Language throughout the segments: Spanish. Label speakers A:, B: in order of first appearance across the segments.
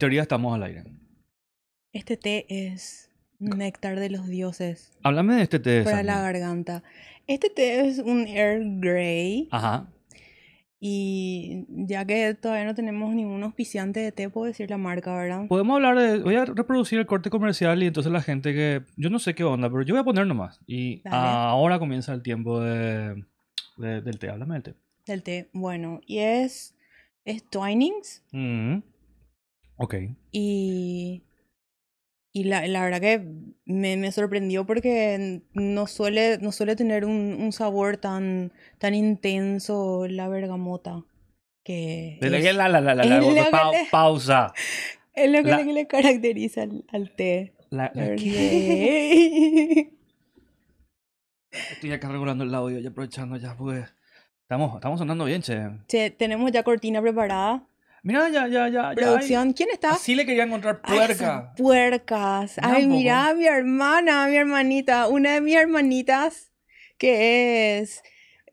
A: Teoría estamos al aire.
B: Este té es néctar de los dioses
A: Háblame de este té. de
B: para
A: Sandy.
B: Pues, la garganta. Este té es un Earl Grey
A: Ajá.
B: y ya que todavía no tenemos ningún auspiciante de té, puedo decir la marca, ¿verdad?
A: Podemos hablar de. Voy a reproducir el corte comercial y entonces la gente que. Yo no sé qué onda, pero yo voy a poner nomás. Y
B: Dale.
A: ahora comienza el tiempo de, de- del té. Háblame del té.
B: Del té, bueno, y es, es Twinings
A: Mm. Ok.
B: y, y la, la verdad que me, me sorprendió porque no suele, no suele tener un, un sabor tan, tan intenso la bergamota. Que es-
A: La, la, la, la, la,
B: Es la-
A: pa- pausa.
B: Es lo que
A: La-
B: le, le caracteriza al, al té.
A: La- la-
B: Earl
A: ¿qué?
B: Grey.
A: Estoy acá regulando el audio y aprovechando ya, pues. Estamos, estamos sonando bien, che.
B: Che, tenemos ya cortina preparada.
A: Mira, ya, ya, ya. ya hay-
B: Producción, ¿quién está?
A: Así le quería encontrar
B: Ay,
A: puerca.
B: son puercas.
A: Mira
B: Ay,
A: un poco.
B: mira, mi hermana, mi hermanita, una de mis hermanitas que es,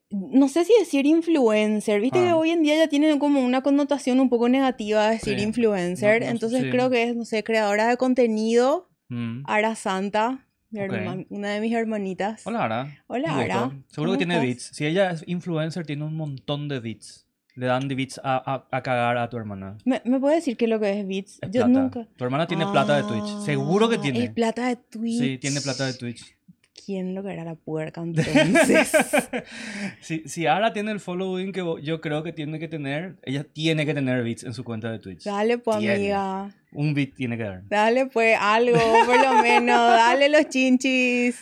B: no sé si decir influencer, viste que
A: Ah.
B: hoy en día ya tiene como una connotación un poco negativa decir
A: Sí.
B: influencer,
A: No, no,
B: entonces
A: sí.
B: creo que es, no sé, creadora de contenido,
A: Mm.
B: Ara Santa, mi
A: Ok.
B: herman- una de mis hermanitas.
A: Hola, Ara.
B: Hola,
A: Un gusto.
B: Ara.
A: Seguro que
B: ¿Cómo
A: tiene
B: estás?
A: bits. Si ella es influencer, tiene un montón de bits. Le dan de bits a, a- a cagar a tu hermana.
B: ¿Me, me puede decir qué es lo que es Beats?
A: Es
B: Yo
A: plata.
B: nunca.
A: Tu hermana tiene plata de Twitch. Seguro que
B: Ah,
A: tiene.
B: Es plata de Twitch.
A: Sí, tiene plata de Twitch.
B: ¿Quién lo que era la puerca entonces?
A: si, si Ara tiene el following que vo- yo creo que tiene que tener, ella tiene que tener bits en su cuenta de Twitch.
B: dale, pues,
A: Tiene.
B: amiga.
A: Un bit tiene que dar.
B: Dale, pues, algo, por lo menos. Dale los chinchis.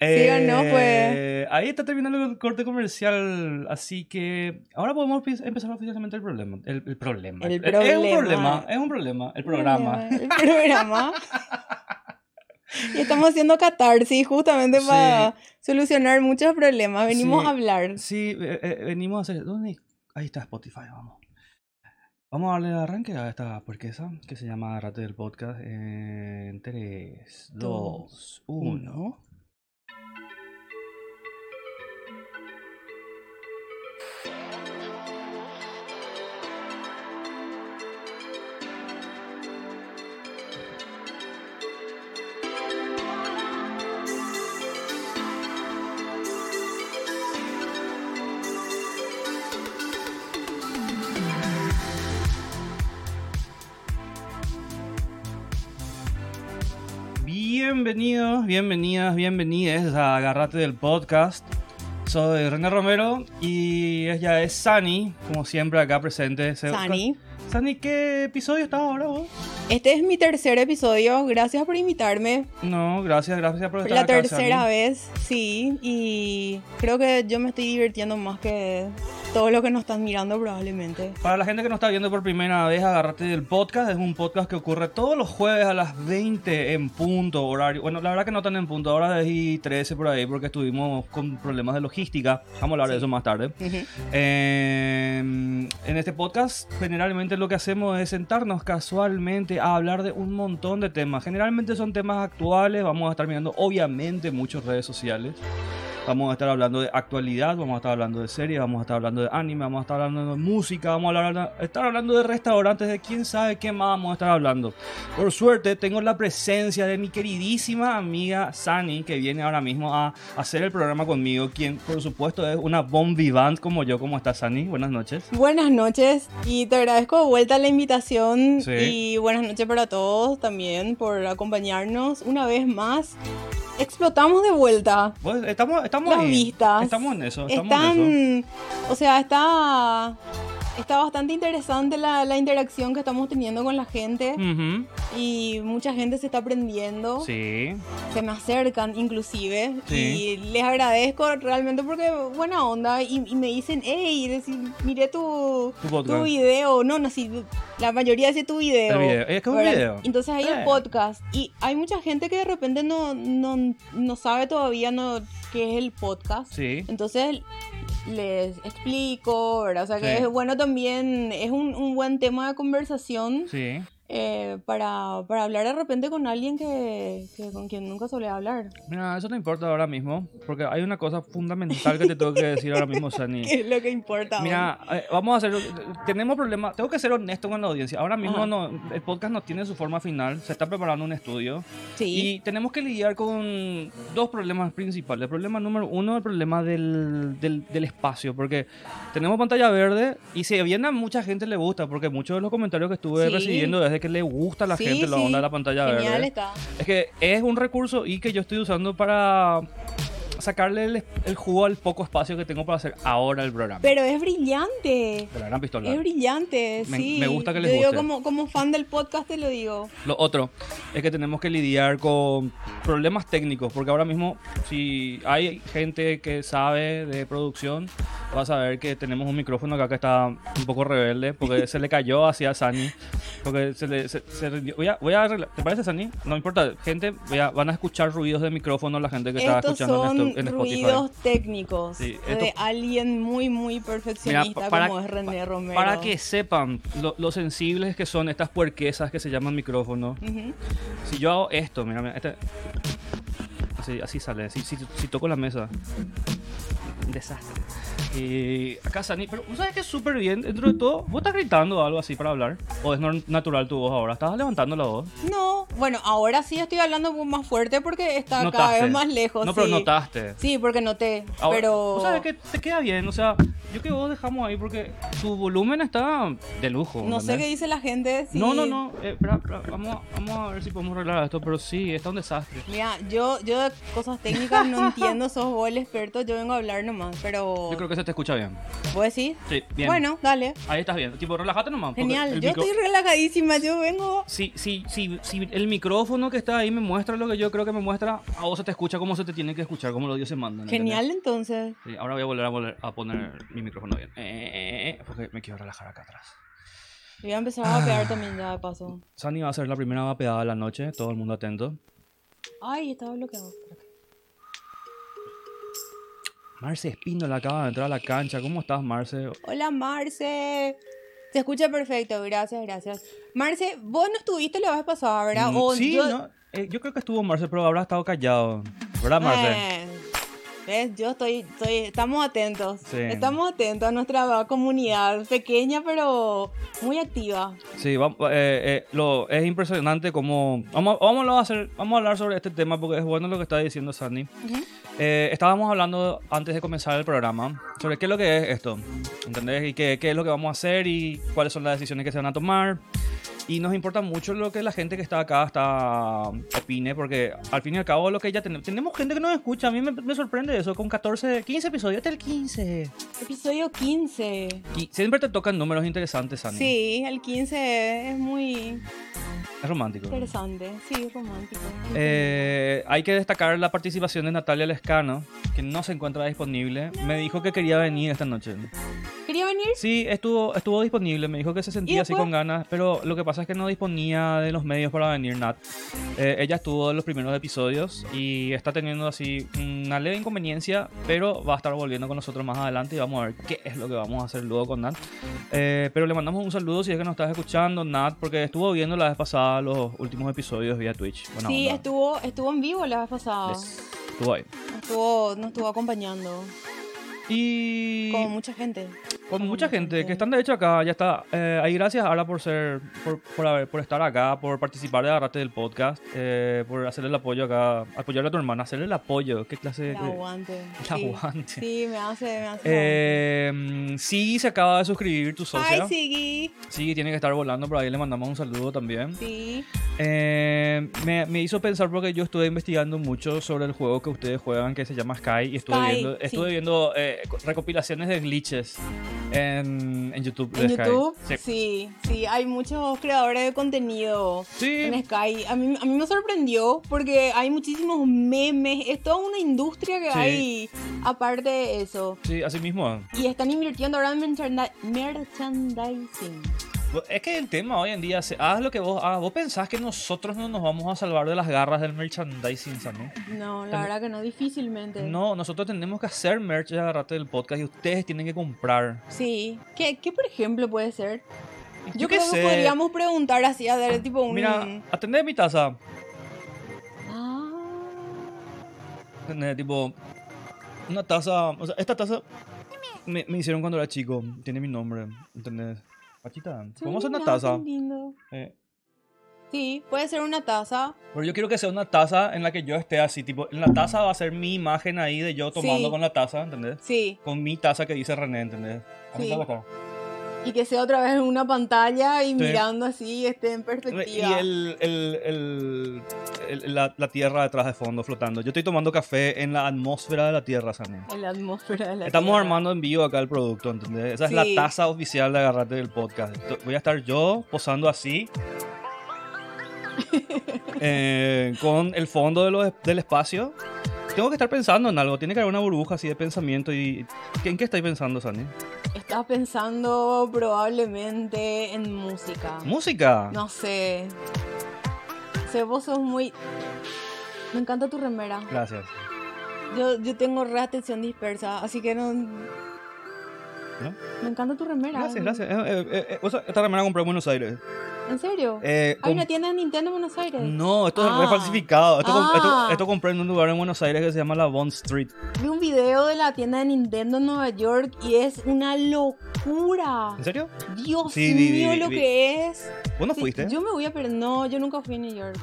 B: Sí o no, pues.
A: Eh, Ahí está terminando el corte comercial, así que ahora podemos pi- empezar oficialmente el problema. El, el problema.
B: El
A: Eh, Es un
B: problema.
A: problema, es un problema, el programa.
B: El programa. Y estamos haciendo catarsis justamente
A: Sí.
B: para solucionar muchos problemas. Venimos
A: Sí.
B: a hablar.
A: Sí, eh, eh, venimos a hacer... ¿dónde? Ahí está Spotify, vamos. Vamos a darle arranque a esta porquesa que se llama Rate del Podcast en 3, 2, 1.
B: Uno.
A: Bienvenidos, bienvenidas, bienvenides a Agarrate del Podcast. Soy René Romero y ella es Sani, como siempre acá presente. Se-
B: Sani,
A: Sani, ¿qué episodio estás ahora vos?
B: este es mi tercer episodio. Gracias por invitarme.
A: No, gracias, gracias por estar
B: La
A: acá,
B: tercera
A: Sani.
B: vez, sí, y creo que yo me estoy divirtiendo más que todo lo que nos están mirando probablemente.
A: Para la gente que nos está viendo por primera vez, Agarrate del Podcast es un podcast que ocurre todos los jueves a las 20 en punto horario. Bueno, la verdad que no tan en punto, ahora es y 13 por ahí porque estuvimos con problemas de logística. Vamos a hablar de
B: Sí.
A: eso más tarde. Eh, en este podcast, generalmente lo que hacemos es sentarnos casualmente a hablar de un montón de temas. Generalmente son temas actuales, vamos a estar mirando obviamente muchas redes sociales. Vamos a estar hablando de actualidad, vamos a estar hablando de series, vamos a estar hablando de anime, vamos a estar hablando de música, vamos a hablar- estar hablando de restaurantes, de quién sabe qué más vamos a estar hablando. Por suerte, tengo la presencia de mi queridísima amiga Sani, que viene ahora mismo a hacer el programa conmigo, quien por supuesto es una bon vivant como yo, como está Sani. Buenas noches.
B: Buenas noches y te agradezco de vuelta la invitación
A: Sí.
B: y buenas noches para todos también por acompañarnos una vez más. Explotamos de vuelta
A: Pues, estamos, estamos
B: las
A: ahí.
B: vistas.
A: Estamos en eso, estamos en eso.
B: Están, o sea, está, está bastante interesante la, la interacción que estamos teniendo con la gente
A: Ujú,
B: y mucha gente se está aprendiendo.
A: Sí.
B: se me acercan inclusive
A: Sí.
B: y les agradezco realmente porque buena onda y, y me dicen, hey, decir, miré tu,
A: Tu
B: tu
A: podcast.
B: video, no, no, sí, la mayoría dice tu video.
A: El video. Es que es un
B: ¿verdad?
A: video.
B: Entonces hay
A: Eh.
B: el podcast y hay mucha gente que de repente no, no, no sabe todavía no, qué es el podcast.
A: Sí.
B: Entonces les explico, ¿verdad? O sea que
A: Sí.
B: es bueno también, es un, un buen tema de conversación
A: Sí.
B: eh, para, para hablar de repente con alguien que, que con quien nunca solía hablar.
A: Mira, eso no importa ahora mismo, porque hay una cosa fundamental que te tengo que decir ahora mismo, Sani.
B: ¿Qué es lo que importa?
A: Mira, eh, vamos a hacer. Tenemos problemas. Tengo que ser honesto con la audiencia. Ahora mismo
B: Ajá.
A: no, el podcast no tiene su forma final. Se está preparando un estudio.
B: bueno? sí.
A: Y tenemos que lidiar con dos problemas principales. El problema número uno, el problema del, del- del espacio. Porque tenemos pantalla verde y si bien a mucha gente le gusta, porque muchos de los comentarios que estuve
B: Sí.
A: recibiendo es de que le gusta a la
B: Sí,
A: gente la
B: sí.
A: onda de la pantalla eh.
B: Genial
A: verde.
B: está.
A: Es que es un recurso y que yo estoy usando para sacarle el, el jugo al poco espacio que tengo para hacer ahora el programa.
B: Pero es brillante.
A: de la gran pistola.
B: Es brillante,
A: Me-
B: sí.
A: me gusta que les
B: Yo digo
A: guste.
B: como, como fan del podcast te lo digo.
A: Lo otro es que tenemos que lidiar con problemas técnicos, porque ahora mismo si hay gente que sabe de producción, va a saber que tenemos un micrófono acá que está un poco rebelde, porque se le cayó hacia Sani. Porque se le se- se rindió. Voy a, voy a arreglar. ¿Te parece, Sani? No importa. Gente, voy a- van a escuchar ruidos de micrófono la gente que está
B: Estos
A: escuchando en,
B: son
A: esto- en Spotify.
B: ruidos técnicos
A: Sí,
B: de
A: esto-
B: alguien muy, muy
A: Mira,
B: perfeccionista
A: pa- para,
B: como es René
A: pa-
B: Romero.
A: para que sepan lo, lo sensibles que son estas puerquesas que se llaman micrófonos.
B: Ujú.
A: Si yo hago esto, mira, mira, este- así, así sale, si, si, si toco la mesa. Un Desastre. Y acá Sani, pero ¿vos ¿sabes que es súper bien? Dentro de todo, ¿vos estás gritando algo así para hablar? ¿O es nor- natural tu voz ahora? ¿Estás levantando la voz?
B: No, bueno, ahora sí estoy hablando más fuerte porque está cada
A: Notaste.
B: vez más lejos.
A: No, pero
B: sí.
A: notaste.
B: Sí, porque noté.
A: Ahora,
B: pero.
A: ¿vos ¿Sabes que te queda bien? O sea, yo que vos dejamos ahí porque tu volumen está de lujo.
B: No sé
A: ¿entendés?
B: qué dice la gente. si-
A: No, no, no. eh, espera, espera, vamos, a- vamos a ver si podemos arreglar esto, pero sí, está un desastre.
B: Mira, yo, yo de cosas técnicas no entiendo, sos vos el experto, yo vengo a hablar nomás, pero...
A: Yo creo que se te escucha bien.
B: ¿Vos decís?
A: Sí, bien.
B: Bueno, dale.
A: Ahí estás bien. Tipo, relájate nomás. porque
B: Genial,
A: el
B: yo
A: micro-
B: estoy relajadísima, yo vengo...
A: Si, si, si, si el micrófono que está ahí me muestra lo que yo creo que me muestra, a vos se te escucha como se te tiene que escuchar, como los dioses mandan. ¿entendés?
B: Genial entonces.
A: Sí, ahora voy a volver a, volver a poner mi micrófono bien. Eh, porque me quiero relajar acá atrás.
B: Voy a empezar a
A: Ah.
B: vapear también ya de paso.
A: Sani va a ser la primera vapeada de la noche, todo el mundo atento.
B: Ay, estaba bloqueado.
A: Marce Espíndola acaba de entrar a la cancha. ¿Cómo estás, Marce?
B: Hola Marce. Se escucha perfecto, gracias, gracias. Marce, vos no estuviste la vez pasada, ¿verdad?
A: Mm,
B: O
A: sí,
B: Pues yo...
A: ¿no? Eh, yo creo que estuvo Marce, pero habrá estado callado. ¿Verdad, Marce?
B: Eh, ¿Ves? Yo estoy, estoy, estamos atentos.
A: Sí.
B: Estamos atentos a nuestra comunidad, pequeña pero muy activa.
A: Sí, va- eh, eh, lo, es impresionante cómo... Vamos, vamos, a hacer, vamos a hablar sobre este tema porque es bueno lo que está diciendo Sani. Eh, estábamos hablando antes de comenzar el programa sobre qué es lo que es esto, ¿entendés? Y qué, qué es lo que vamos a hacer y cuáles son las decisiones que se van a tomar. Y nos importa mucho lo que la gente que está acá está, opine, porque al fin y al cabo lo que ya tenemos... Tenemos gente que nos escucha, a mí me, me sorprende eso, con 14, 15 episodios, hasta el 15.
B: Episodio 15.
A: Y siempre te tocan números interesantes, Sani.
B: Sí, el 15 es muy
A: Es romántico.
B: interesante. Sí, es romántico.
A: Eh, hay que destacar la participación de Natalia Lescano, que no se encuentra disponible. Me dijo que quería venir esta noche.
B: ¿Quería venir?
A: Sí, estuvo, estuvo disponible, me dijo que se
B: ¿Y
A: sentía así
B: después?
A: con ganas, pero lo que pasa es que no disponía de los medios para venir, Nat. Eh, ella estuvo en los primeros episodios y está teniendo así una leve inconveniencia, pero va a estar volviendo con nosotros más adelante y vamos a ver qué es lo que vamos a hacer luego con Nat. Eh, pero le mandamos un saludo si es que nos estás escuchando, Nat, porque estuvo viendo la vez pasada los últimos episodios vía Twitch. Buena
B: sí,
A: onda.
B: estuvo, estuvo en vivo la vez pasada.
A: Yes, estuvo ahí.
B: Estuvo, nos estuvo acompañando.
A: Y
B: Con mucha gente.
A: Con
B: Con
A: mucha gente
B: gente.
A: que están de hecho acá, ya está. Eh, ahí gracias ahora por ser, por, por, haber- por estar acá, por participar de Agarrate del podcast, eh, por hacerle el apoyo acá, apoyarle a tu hermana, hacerle el apoyo. ¿Qué clase de...?
B: La aguante.
A: La
B: sí.
A: aguante.
B: Sí, me hace, me hace.
A: Eh, sí, se acaba de suscribir tu
B: Ay,
A: socia. Sí.
B: Sigui.
A: tiene que estar volando, por ahí le mandamos un saludo también.
B: Sí.
A: Eh, me, me hizo pensar porque yo estuve investigando mucho sobre el juego que ustedes juegan que se llama Sky y estuve
B: Sky,
A: viendo,
B: sí.
A: estuve viendo eh, recopilaciones de glitches en, en YouTube. de
B: En
A: Sky.
B: YouTube,
A: Sí.
B: sí. sí, hay muchos creadores de contenido
A: Sí.
B: en Sky. A mí, a mí me sorprendió porque hay muchísimos memes. Es toda una industria que
A: Sí.
B: hay aparte de eso.
A: Sí, así mismo.
B: Y están invirtiendo ahora en merchandi- merchandising.
A: Es que el tema hoy en día, se- haz lo que vos hagas, vos pensás que nosotros no nos vamos a salvar de las garras del merchandising, Sanu.
B: No,
A: También-
B: la verdad que no, difícilmente.
A: Em, No, nosotros tenemos que hacer merch de agarrate del podcast y ustedes tienen que comprar.
B: Sí. ¿Qué, qué, por ejemplo, puede ser? Yo creo que podríamos preguntar así, a ver, tipo un...
A: Mira, atendé mi taza.
B: Ah,
A: ¿entendés? Tipo, una taza. O sea, esta taza me, me hicieron cuando era chico. Tiene mi nombre. ¿Entendés? Pachita, vamos a hacer una
B: mira,
A: taza.
B: qué lindo.
A: Eh,
B: Sí, puede ser una taza.
A: pero yo quiero que sea una taza en la que yo esté así. Tipo, en la taza va a ser mi imagen ahí de yo tomando
B: Sí.
A: con la taza, ¿entendés?
B: Sí.
A: Con mi taza que dice René, ¿entendés? A mí
B: Sí.
A: me gusta.
B: Y que sea otra vez en una pantalla y mirando así, esté en
A: Y
B: perspectiva.
A: el, el- el- el- la, la tierra detrás de fondo flotando. Yo estoy tomando café en la atmósfera de la tierra, Sani.
B: En la atmósfera de la
A: Estamos
B: Tierra.
A: armando en vivo acá el producto, ¿entendés? Esa es
B: Sí.
A: la taza oficial de Agarrate del podcast. Esto- Voy a estar yo posando así. eh, con el fondo de los- del espacio. Tengo que estar pensando en algo. Tiene que haber una burbuja así de pensamiento. y ¿En qué estáis pensando, Sani?
B: Estás pensando probablemente en música.
A: ¿Música?
B: No sé. Sé, vos sos muy. Me encanta tu remera.
A: Gracias.
B: Yo, yo tengo re atención dispersa, así que no. Me encanta tu remera.
A: Gracias, gracias. Eh, eh, eh, eh, vos sabés, esta remera la compré en Buenos Aires.
B: ¿En serio?
A: Eh,
B: Hay
A: com-
B: una tienda de Nintendo en Buenos Aires.
A: No, esto
B: Ah.
A: es re falsificado. Esto, com-
B: Ah.
A: esto- esto compré en un lugar en Buenos Aires que se llama la Bond Street.
B: Vi un video de la tienda de Nintendo en Nueva York y es una locura.
A: ¿En serio?
B: Dios
A: Sí, vi, vi,
B: mío,
A: vi,
B: lo
A: vi.
B: que es.
A: ¿Vos no
B: Sí,
A: fuiste?
B: Yo me voy a perder. No, yo nunca fui a New York.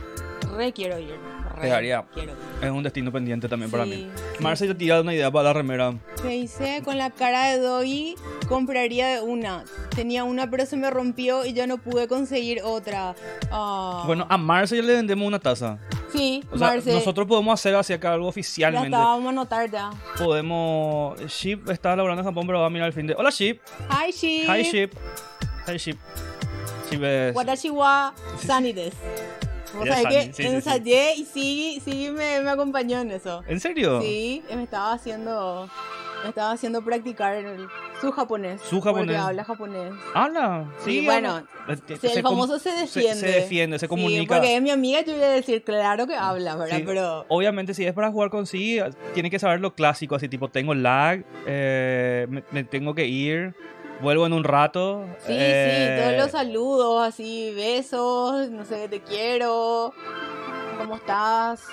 B: Re quiero ir. Re
A: Te daría
B: Quiero ir.
A: Es un destino pendiente también para mí.
B: Sí.
A: Marce ya tirado una idea para la remera.
B: Me hice con la cara de Doggy, compraría una. Tenía una, pero se me rompió y ya no pude conseguir otra. Ah.
A: Bueno, a Marce ya le vendemos una taza.
B: sí,
A: O sea,
B: Marce,
A: nosotros podemos hacer hacia acá algo
B: ya
A: oficialmente.
B: está, vamos a anotar ya.
A: Podemos. Ship está laborando en Japón, pero va a mirar el fin de. Hola, Ship.
B: Hi, she.
A: Hi, Ship. Hi, Ship. Ship es.
B: Watashi wa sunny des. Vos
A: Ya
B: sabés
A: sunny,
B: que
A: sí, sí, sí.
B: ensayé y sí, sí me, me acompañó en eso.
A: ¿En serio?
B: Sí, me estaba haciendo, me estaba haciendo practicar el- su japonés.
A: Su
B: Porque
A: japonés.
B: habla japonés.
A: Habla.
B: Sí,
A: habla.
B: bueno,
A: Eh, te-
B: Sí, el
A: com-
B: famoso se
A: se-
B: defiende.
A: Se, defiende, se comunica.
B: Sí, porque es mi amiga, yo voy a decir, claro que habla, ¿verdad?
A: Sí.
B: Pero
A: Obviamente, si es para jugar con sí, tiene que saber lo clásico, así tipo, tengo lag, eh, me, me tengo que ir, vuelvo en un rato.
B: sí,
A: eh,
B: sí, todos los saludos, así, besos, no sé, te quiero, ¿cómo estás?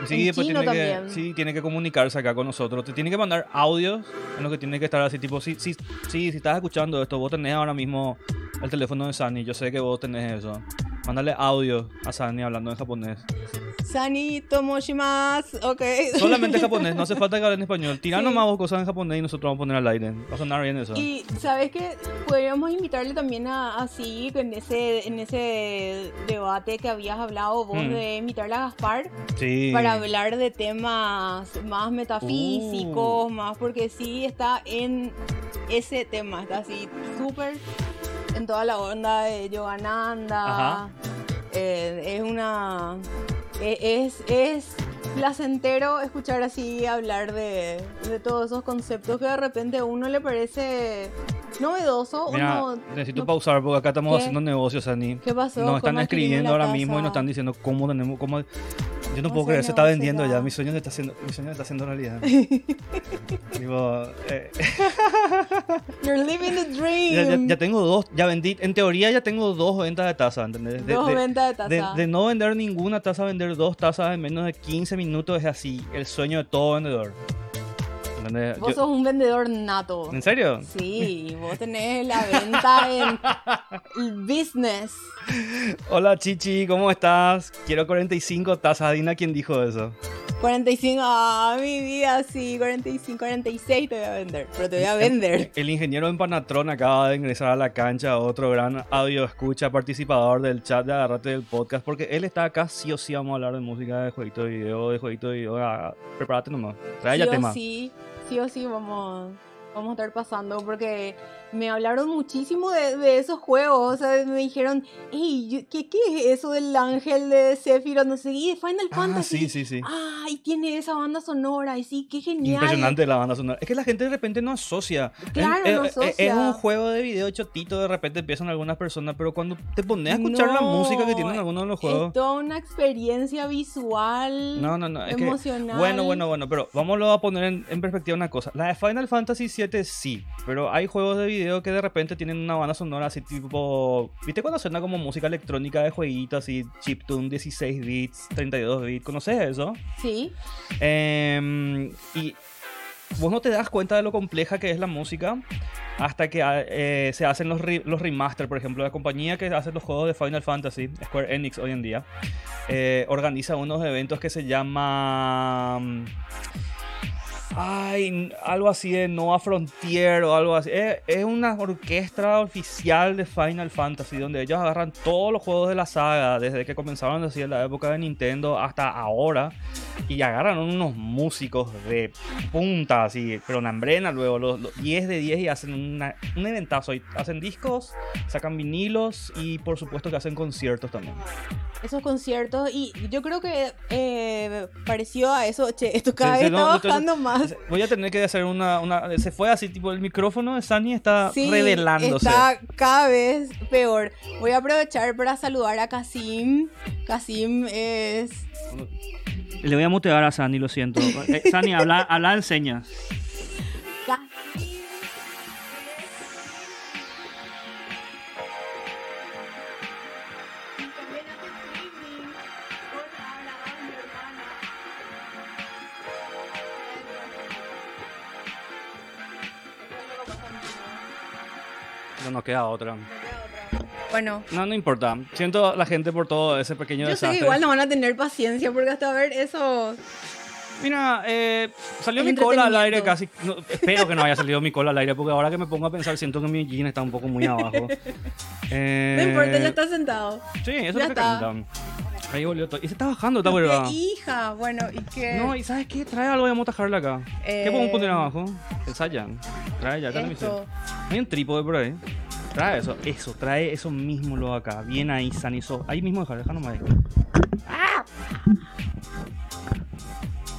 B: en
A: Sí, después
B: chino
A: tiene que,
B: también.
A: sí, tiene que comunicarse acá con nosotros. Te tiene que mandar audios en los que tiene que estar así, tipo, sí, sí, sí, si estás escuchando esto, vos tenés ahora mismo el teléfono de Sani, yo sé que vos tenés eso. Mándale audio a Sani hablando en japonés.
B: Sani Tomoshimas, ok.
A: Solamente en japonés, no hace falta que hable en español. Tirá
B: Sí.
A: nomás vos cosas en japonés y nosotros vamos a poner al aire. Va a sonar bien eso.
B: Y sabes que podríamos invitarle también a, a Sigui, que en ese, en ese debate que habías hablado vos
A: Mm.
B: de invitarle a Gaspar
A: Sí.
B: para hablar de temas más
A: Uh.
B: metafísicos, más porque sí está en ese tema, está así súper en toda la onda de Yogananda.
A: Ajá.
B: Eh, es una e- es, es placentero escuchar así hablar de, de todos esos conceptos que de repente a uno le parece novedoso
A: Mira,
B: o Oh, no.
A: necesito
B: no-
A: pausar porque acá estamos
B: ¿Qué?
A: haciendo negocios, Ani.
B: ¿Qué pasó?
A: Nos están
B: ¿Cómo adquirimos
A: escribiendo
B: la
A: ahora mismo y nos
B: casa?
A: están diciendo cómo tenemos, cómo. Yo no
B: No
A: puedo
B: sé,
A: creer, se está
B: no,
A: vendiendo
B: será.
A: ya. Mi sueño se está haciendo, mi sueño se está haciendo realidad. Digo, eh,
B: You're living the
A: ya, ya-
B: dream.
A: ya tengo dos, ya vendí, en teoría ya tengo dos ventas de taza, ¿entendés? De,
B: Dos
A: de-
B: ventas de
A: de-
B: taza.
A: de no vender ninguna taza, vender dos tazas en menos de 15 minutos es así, el sueño de todo vendedor. ¿Entendés?
B: Vos
A: Yo-
B: sos un vendedor nato.
A: ¿En serio?
B: Sí, vos tenés la venta en el business.
A: Hola Chichi, ¿cómo estás? Quiero 45 tazas, Dina, ¿quién dijo eso?
B: 45, ah, mi vida, sí, 45, 46 te voy a vender, pero te voy a vender.
A: El ingeniero en Panatron acaba de ingresar a la cancha, otro gran audio escucha participador del chat de Agarrate del Podcast, porque él está acá, sí o sí vamos a hablar de música, de jueguito de video, de jueguito de video. ah, prepárate nomás, trae ya
B: sí
A: tema.
B: o sí, sí o sí vamos, vamos a estar pasando porque me hablaron muchísimo de, de esos juegos, o sea, me dijeron, "Ey, yo- ¿qué, ¿qué es eso del ángel de Sephiroth? No sé, y de Final
A: Ah,
B: Fantasy.
A: sí, sí, sí.
B: Ay, tiene esa banda sonora, y sí, qué genial.
A: Impresionante la banda sonora. Es que la gente de repente no asocia.
B: Claro,
A: es,
B: no
A: es-
B: asocia.
A: es un juego de video chotito, de repente empiezan algunas personas, pero cuando te pones a escuchar la
B: No,
A: música que tienen algunos de los juegos.
B: Es toda una experiencia visual.
A: No, no, no. Es que,
B: emocional.
A: bueno, bueno, bueno, pero vámonos a poner en, en perspectiva una cosa. La de Final Fantasy VII sí, pero hay juegos de videos que de repente tienen una banda sonora así tipo. ¿Viste cuando suena como música electrónica de jueguito, así chiptune 16 bits, 32 bits? ¿Conoces eso?
B: Sí.
A: Em, y vos no te das cuenta de lo compleja que es la música hasta que ah, eh, se hacen los, re- los remaster, por ejemplo. La compañía que hace los juegos de Final Fantasy, Square Enix hoy en día, eh, organiza unos eventos que se llama... mm, Ay, n- algo así de Nova Frontier o algo así. Es, es una orquesta oficial de Final Fantasy donde ellos agarran todos los juegos de la saga desde que comenzaron así en la época de Nintendo hasta ahora y agarran unos músicos de punta así, pero una hambrena luego, los, los 10 de 10 y hacen una- un eventazo. Y hacen discos, sacan vinilos y por supuesto que hacen conciertos también.
B: Esos conciertos. Y yo creo que eh, pareció a eso. Che, esto cada
A: Sí,
B: vez
A: sí,
B: está
A: no, entonces-
B: bajando más.
A: Voy a tener que hacer una, una- Se fue así, tipo el micrófono de Sunny está
B: Sí,
A: revelándose.
B: Está cada vez peor. Voy a aprovechar para saludar a Kasim. Kasim es.
A: Le voy a mutear a Sani, lo siento. Eh, Sani, habla, habla en señas.
B: Ka-
A: No nos queda otra.
B: Bueno.
A: No, no importa. Siento a la gente por todo ese pequeño
B: Yo sé
A: desastre.
B: que igual no van a tener paciencia porque hasta ver eso.
A: Mira, eh, salió
B: Es
A: mi cola al aire
B: entretenimiento.
A: casi. no, espero que no haya salido mi cola al aire porque ahora que me pongo a pensar siento que mi jean está un poco muy abajo. Eh,
B: No importa, ya está sentado.
A: Sí, eso
B: ya
A: es lo que
B: está.
A: cuentan. Ahí volvió todo. Y se está bajando esta huevada.
B: Qué hija, bueno, y que.
A: No, ¿y sabes qué? Trae algo, vamos a tajarla acá. ¿Qué
B: Eh,
A: podemos poner abajo? El Sayan. Trae ya, acá no me
B: Esto.
A: sé. Hay un trípode por ahí. Trae eso, eso, trae eso mismo lo de acá. Bien ahí, San eso. Ahí mismo dejar, deja nomás ahí. ¡Ah!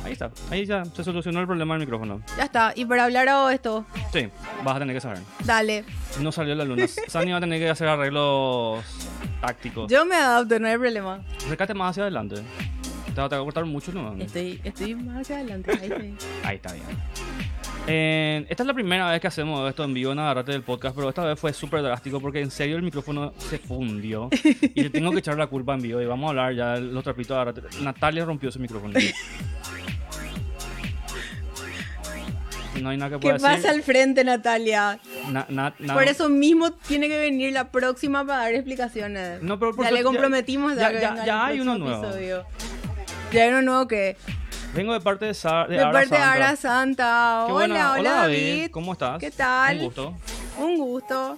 A: Ahí está, ahí ya se solucionó el problema del micrófono.
B: Ya está. Y para hablar a esto,
A: Sí, vas a tener que saber.
B: dale.
A: No salió la luna. Sani va a tener que hacer arreglos tácticos.
B: Yo me adapto, no hay problema.
A: Acércate más hacia adelante. Te va te va a cortar mucho, ¿no?
B: Estoy, estoy más hacia adelante. Ahí estoy.
A: Ahí está bien. Eh, esta es la primera vez que hacemos esto en vivo en Agarrate del Podcast, pero esta vez fue súper drástico porque en serio el micrófono se fundió y le tengo que echar la culpa en vivo y vamos a hablar ya de los trapitos de Agarrate. Natalia rompió su micrófono. No hay nada que
B: ¿Qué
A: pueda
B: pasa
A: decir.
B: al frente, Natalia?
A: Na- na- na-
B: Por eso mismo tiene que venir la próxima para dar explicaciones.
A: No, pero por
B: ya
A: su-
B: le comprometimos
A: ya-
B: que
A: ya-
B: venga
A: ya
B: el
A: hay uno
B: próximo
A: nuevo.
B: episodio. Ya hay uno nuevo que.
A: Vengo de parte de, Sa- de
B: De
A: Ara
B: parte de
A: Santa.
B: Ara Santa.
A: Qué
B: hola,
A: buena-
B: hola, David.
A: ¿Cómo estás?
B: ¿Qué tal?
A: Un gusto.
B: Un gusto.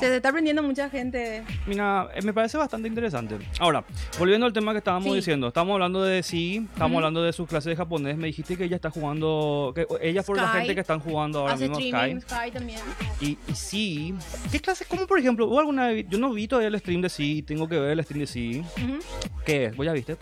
B: Se te está aprendiendo mucha gente.
A: Mira, eh, me parece bastante interesante. Ahora, volviendo al tema que estábamos
B: Sí.
A: diciendo, estamos hablando de sí, estamos
B: Ujú.
A: hablando de sus clases de japonés. Me dijiste que ella está jugando, que ella fue la
B: Sky.
A: gente que están jugando ahora
B: Hace
A: mismo
B: streaming,
A: Sky.
B: Sky también.
A: Y, y sí, ¿qué clases? Como por ejemplo, ¿hubo alguna vez- yo no vi todavía el stream de sí, tengo que ver el stream de sí.
B: Ujú.
A: ¿Qué es? ¿Vos ya viste?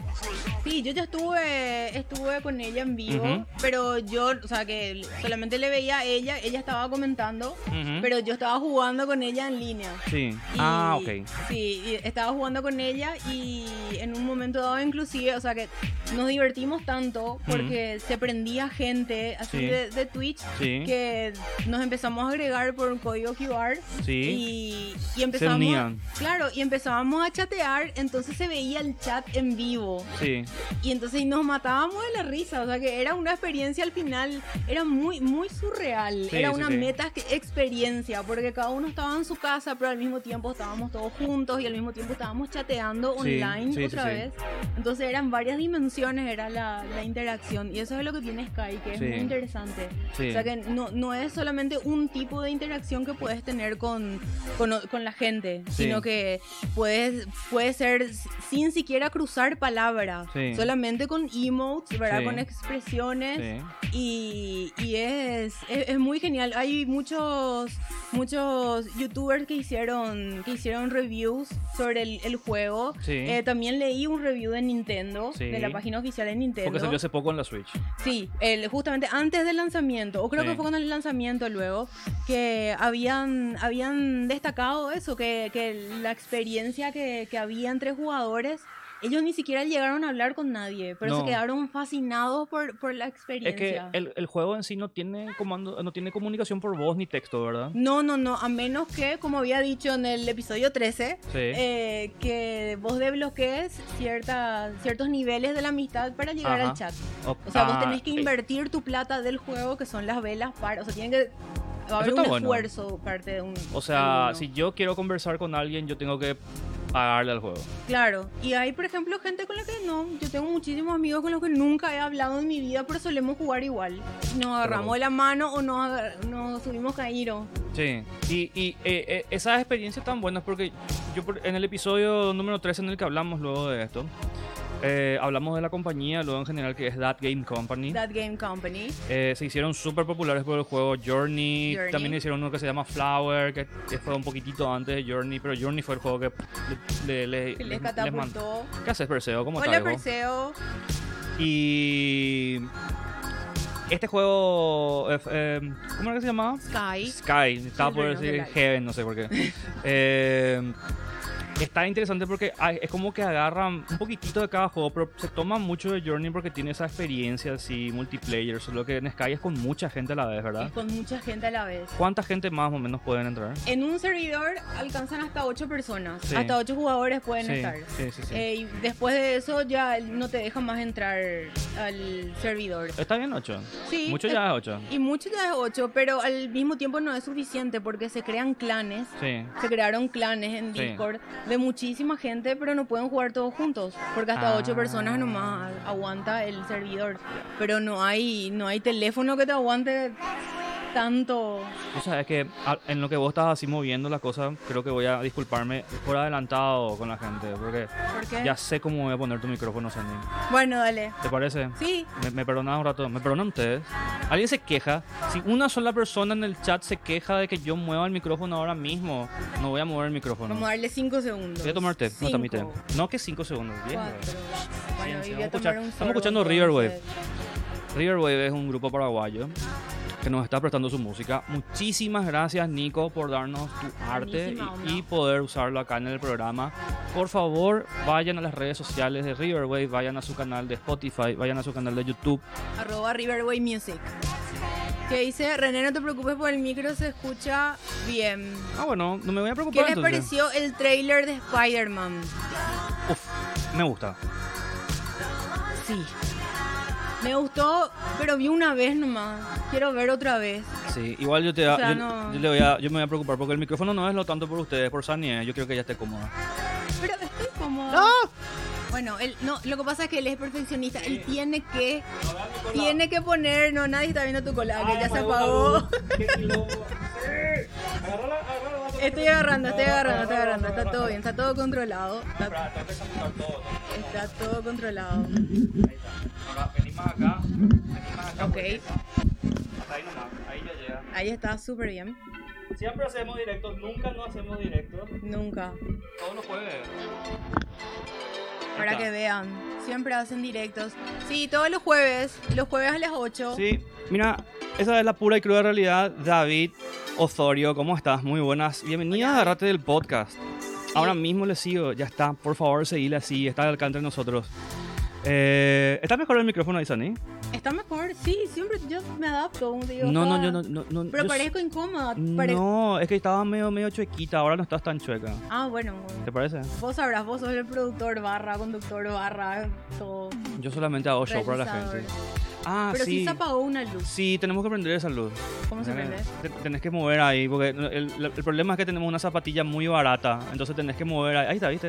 B: Sí, yo ya estuve, estuve con ella en vivo,
A: Ujú.
B: pero yo, o sea, que solamente le veía a ella, ella estaba comentando,
A: Ujú.
B: pero yo estaba jugando con ella en línea.
A: Sí.
B: Y-
A: Ah, ok.
B: Sí, y estaba jugando con ella y en un momento dado inclusive, o sea, que nos divertimos tanto porque se prendía gente así
A: Sí.
B: de, de Twitch
A: Sí.
B: que nos empezamos a agregar por un código QR.
A: Sí.
B: Y, y empezamos,
A: unían.
B: claro, y empezábamos a chatear, entonces se veía el chat en vivo.
A: Sí.
B: Y entonces nos matábamos de la risa, o sea que era una experiencia al final, era muy, muy surreal,
A: Sí,
B: era
A: sí,
B: una
A: sí.
B: meta que- experiencia, porque cada uno estaba en su casa, pero al mismo tiempo estábamos todos juntos y al mismo tiempo estábamos chateando
A: Sí,
B: online
A: sí, sí,
B: otra
A: sí.
B: vez. Entonces eran varias dimensiones, era la, la interacción, y eso es lo que tiene Sky, que es
A: Sí.
B: muy interesante.
A: Sí.
B: O sea que no, no es solamente un tipo de interacción que puedes tener con, con, o- con la gente,
A: Sí.
B: sino que puedes, puede ser s- sin siquiera cruzar palabras,
A: Sí.
B: solamente con emotes, ¿verdad?
A: Sí.
B: Con expresiones
A: Sí.
B: y, y es, es, es muy genial. Hay muchos, muchos youtubers que hicieron, que hicieron reviews sobre el, el juego.
A: Sí.
B: Eh, también leí un review de Nintendo,
A: Sí.
B: de la página oficial de Nintendo.
A: Porque salió hace poco en la Switch.
B: Sí, el, justamente antes del lanzamiento, o creo
A: Sí.
B: que fue con el lanzamiento luego, que habían, habían destacado eso, que, que la experiencia que, que había entre jugadores Ellos ni siquiera llegaron a hablar con nadie, pero se
A: No.
B: quedaron fascinados por, por la
A: Es que
B: experiencia.
A: el, el juego en sí no tiene comando, no tiene comunicación por voz ni texto, ¿verdad?
B: No, no, no, a menos que, como había dicho en el episodio 13,
A: Sí.
B: eh, que vos desbloquees cierta, ciertos niveles de la amistad para llegar
A: Ajá.
B: al chat.
A: O-
B: O sea, vos
A: ah,
B: tenés que
A: eh,
B: invertir tu plata del juego, que son las velas, para... O sea, tienen que... Va a haber
A: está
B: un
A: bueno.
B: esfuerzo parte de un...
A: O sea,
B: alguno.
A: si yo quiero conversar con alguien, yo tengo que pagarle al juego.
B: Claro, y hay por ejemplo gente con la que no, yo tengo muchísimos amigos con los que nunca he hablado en mi vida, pero solemos jugar igual. Nos agarramos la mano o nos, agar- nos subimos caíro.
A: Sí, y, y eh, eh, esas experiencias tan buenas porque yo por- en el episodio número 13 en el que hablamos luego de esto, eh, hablamos de la compañía, luego en general que es That Game Company.
B: That Game Company.
A: Eh, se hicieron súper populares por el juego Journey.
B: Journey.
A: También hicieron uno que se llama Flower, que, que fue un poquitito antes de Journey, pero Journey fue el juego que le, le- le-
B: Que
A: les-
B: les
A: les mandó.
B: catapultó.
A: ¿Qué haces, Perseo? ¿Cómo
B: Hola
A: estás, vos?
B: Perseo.
A: Y este juego, eh, eh, ¿cómo era que se llamaba?
B: Sky.
A: Sky, estaba por
B: Children of the
A: decir
B: Light.
A: Heaven, no sé por qué. Eh, está interesante porque hay- es como que agarran un poquitito de cada juego, pero se toman mucho de Journey porque tiene esa experiencia así, multiplayer, solo que en Sky es con mucha gente a la vez,
B: Y
A: ¿verdad?
B: con mucha gente a la vez.
A: ¿Cuánta gente más o menos pueden entrar?
B: En un servidor alcanzan hasta 8 personas.
A: Sí.
B: Hasta 8 jugadores pueden
A: sí,
B: estar.
A: sí, sí, sí.
B: Eh, y después de eso ya no te dejan más entrar al servidor.
A: Está bien 8.
B: Sí, eh,
A: Mucho
B: es-
A: ya es 8.
B: Y mucho ya es 8, pero al mismo tiempo no es suficiente porque se crean clanes.
A: Sí.
B: Se crearon clanes en
A: Sí.
B: Discord de muchísima gente, pero no pueden jugar todos juntos, porque hasta
A: Ah.
B: 8 personas nomás aguanta el servidor. Pero no hay no hay teléfono que te aguante tanto.
A: O sea, es que a- en lo que vos estás así moviendo la cosa, creo que voy a disculparme por adelantado con la gente, porque
B: ¿Por qué?
A: ya sé cómo voy a poner tu micrófono, Sandy.
B: Bueno, dale.
A: ¿Te parece?
B: Sí,
A: Me, me perdonan un rato, me perdonan ustedes. Alguien se queja. Si una sola persona en el chat se queja de que yo mueva el micrófono ahora mismo, no voy a mover el micrófono.
B: vamos a darle 5 segundos.
A: Voy a tomarte, no
B: Cinco,
A: te admite. No que 5 segundos, 10.
B: cuatro. Bueno,
A: Sí, sí,
B: y voy
A: vamos a
B: a
A: escuchar-
B: tomar un
A: estamos
B: sorbo,
A: escuchando Riverwave.
B: entonces.
A: Riverwave es un grupo paraguayo que nos está prestando su música. Muchísimas gracias, Nico, por darnos tu arte
B: Buenísima
A: y-
B: onda.
A: y, poder usarlo acá en el programa. Por favor, vayan a las redes sociales de Riverwave, vayan a su canal de Spotify, vayan a su canal de YouTube.
B: arroba Riverway Music. Que dice, René, no te preocupes por el micro, se escucha bien.
A: Ah, bueno, no me voy a
B: ¿Qué
A: preocupar.
B: les
A: entonces.
B: pareció el trailer de Spider-Man?
A: Uf, me gusta.
B: Sí. Me gustó, pero vi una vez nomás. Quiero ver otra vez.
A: Sí, igual yo te
B: O sea,
A: yo-
B: no-
A: yo le voy a, yo me voy a preocupar porque el micrófono no es lo tanto por ustedes, por Sani, eh, yo creo que ya esté cómoda.
B: Pero estoy como... Bueno, él, no, lo que pasa es que él es perfeccionista. Él tiene que... Tiene que poner... No, nadie está viendo tu cola, que ya se apagó. Estoy agarrando, estoy agarrando, estoy agarrando. Está todo bien, está todo controlado. Está, está todo controlado. Ok. Ahí está súper bien.
A: Siempre hacemos directos, nunca no hacemos directos.
B: Nunca.
A: Todos los jueves.
B: Para que vean. Siempre hacen directos. Sí, todos los jueves. Los jueves a las 8.
A: Sí, mira, esa es la pura y cruda realidad. David Osorio, ¿cómo estás? Muy buenas. Bienvenida a Agarrate del Podcast. Ahora mismo le sigo, ya está. Por favor, seguile así, está al alcance de nosotros. Eh, ¿Está mejor el micrófono ahí, Sani?
B: Está mejor. Sí, siempre yo me adapto. como digo,
A: No, no,
B: ah,
A: yo no. no, no
B: Pero
A: yo-
B: parezco incómoda. pare-
A: No, es que estaba medio, medio chuequita, ahora no estás tan chueca.
B: Ah, bueno. bueno.
A: ¿Te parece?
B: Vos sabrás, vos sos el productor barra, conductor barra, todo.
A: Yo solamente hago show para la
B: realizador.
A: gente. Ah,
B: Pero sí.
A: sí. Ah.
B: se apagó una luz.
A: Sí, tenemos que prender esa luz.
B: ¿Cómo se
A: Tenés-
B: prende?
A: te- Tenés que mover ahí, porque el, el- el problema es que tenemos una zapatilla muy barata. Entonces tenés que mover ahí. Ahí está, ¿viste?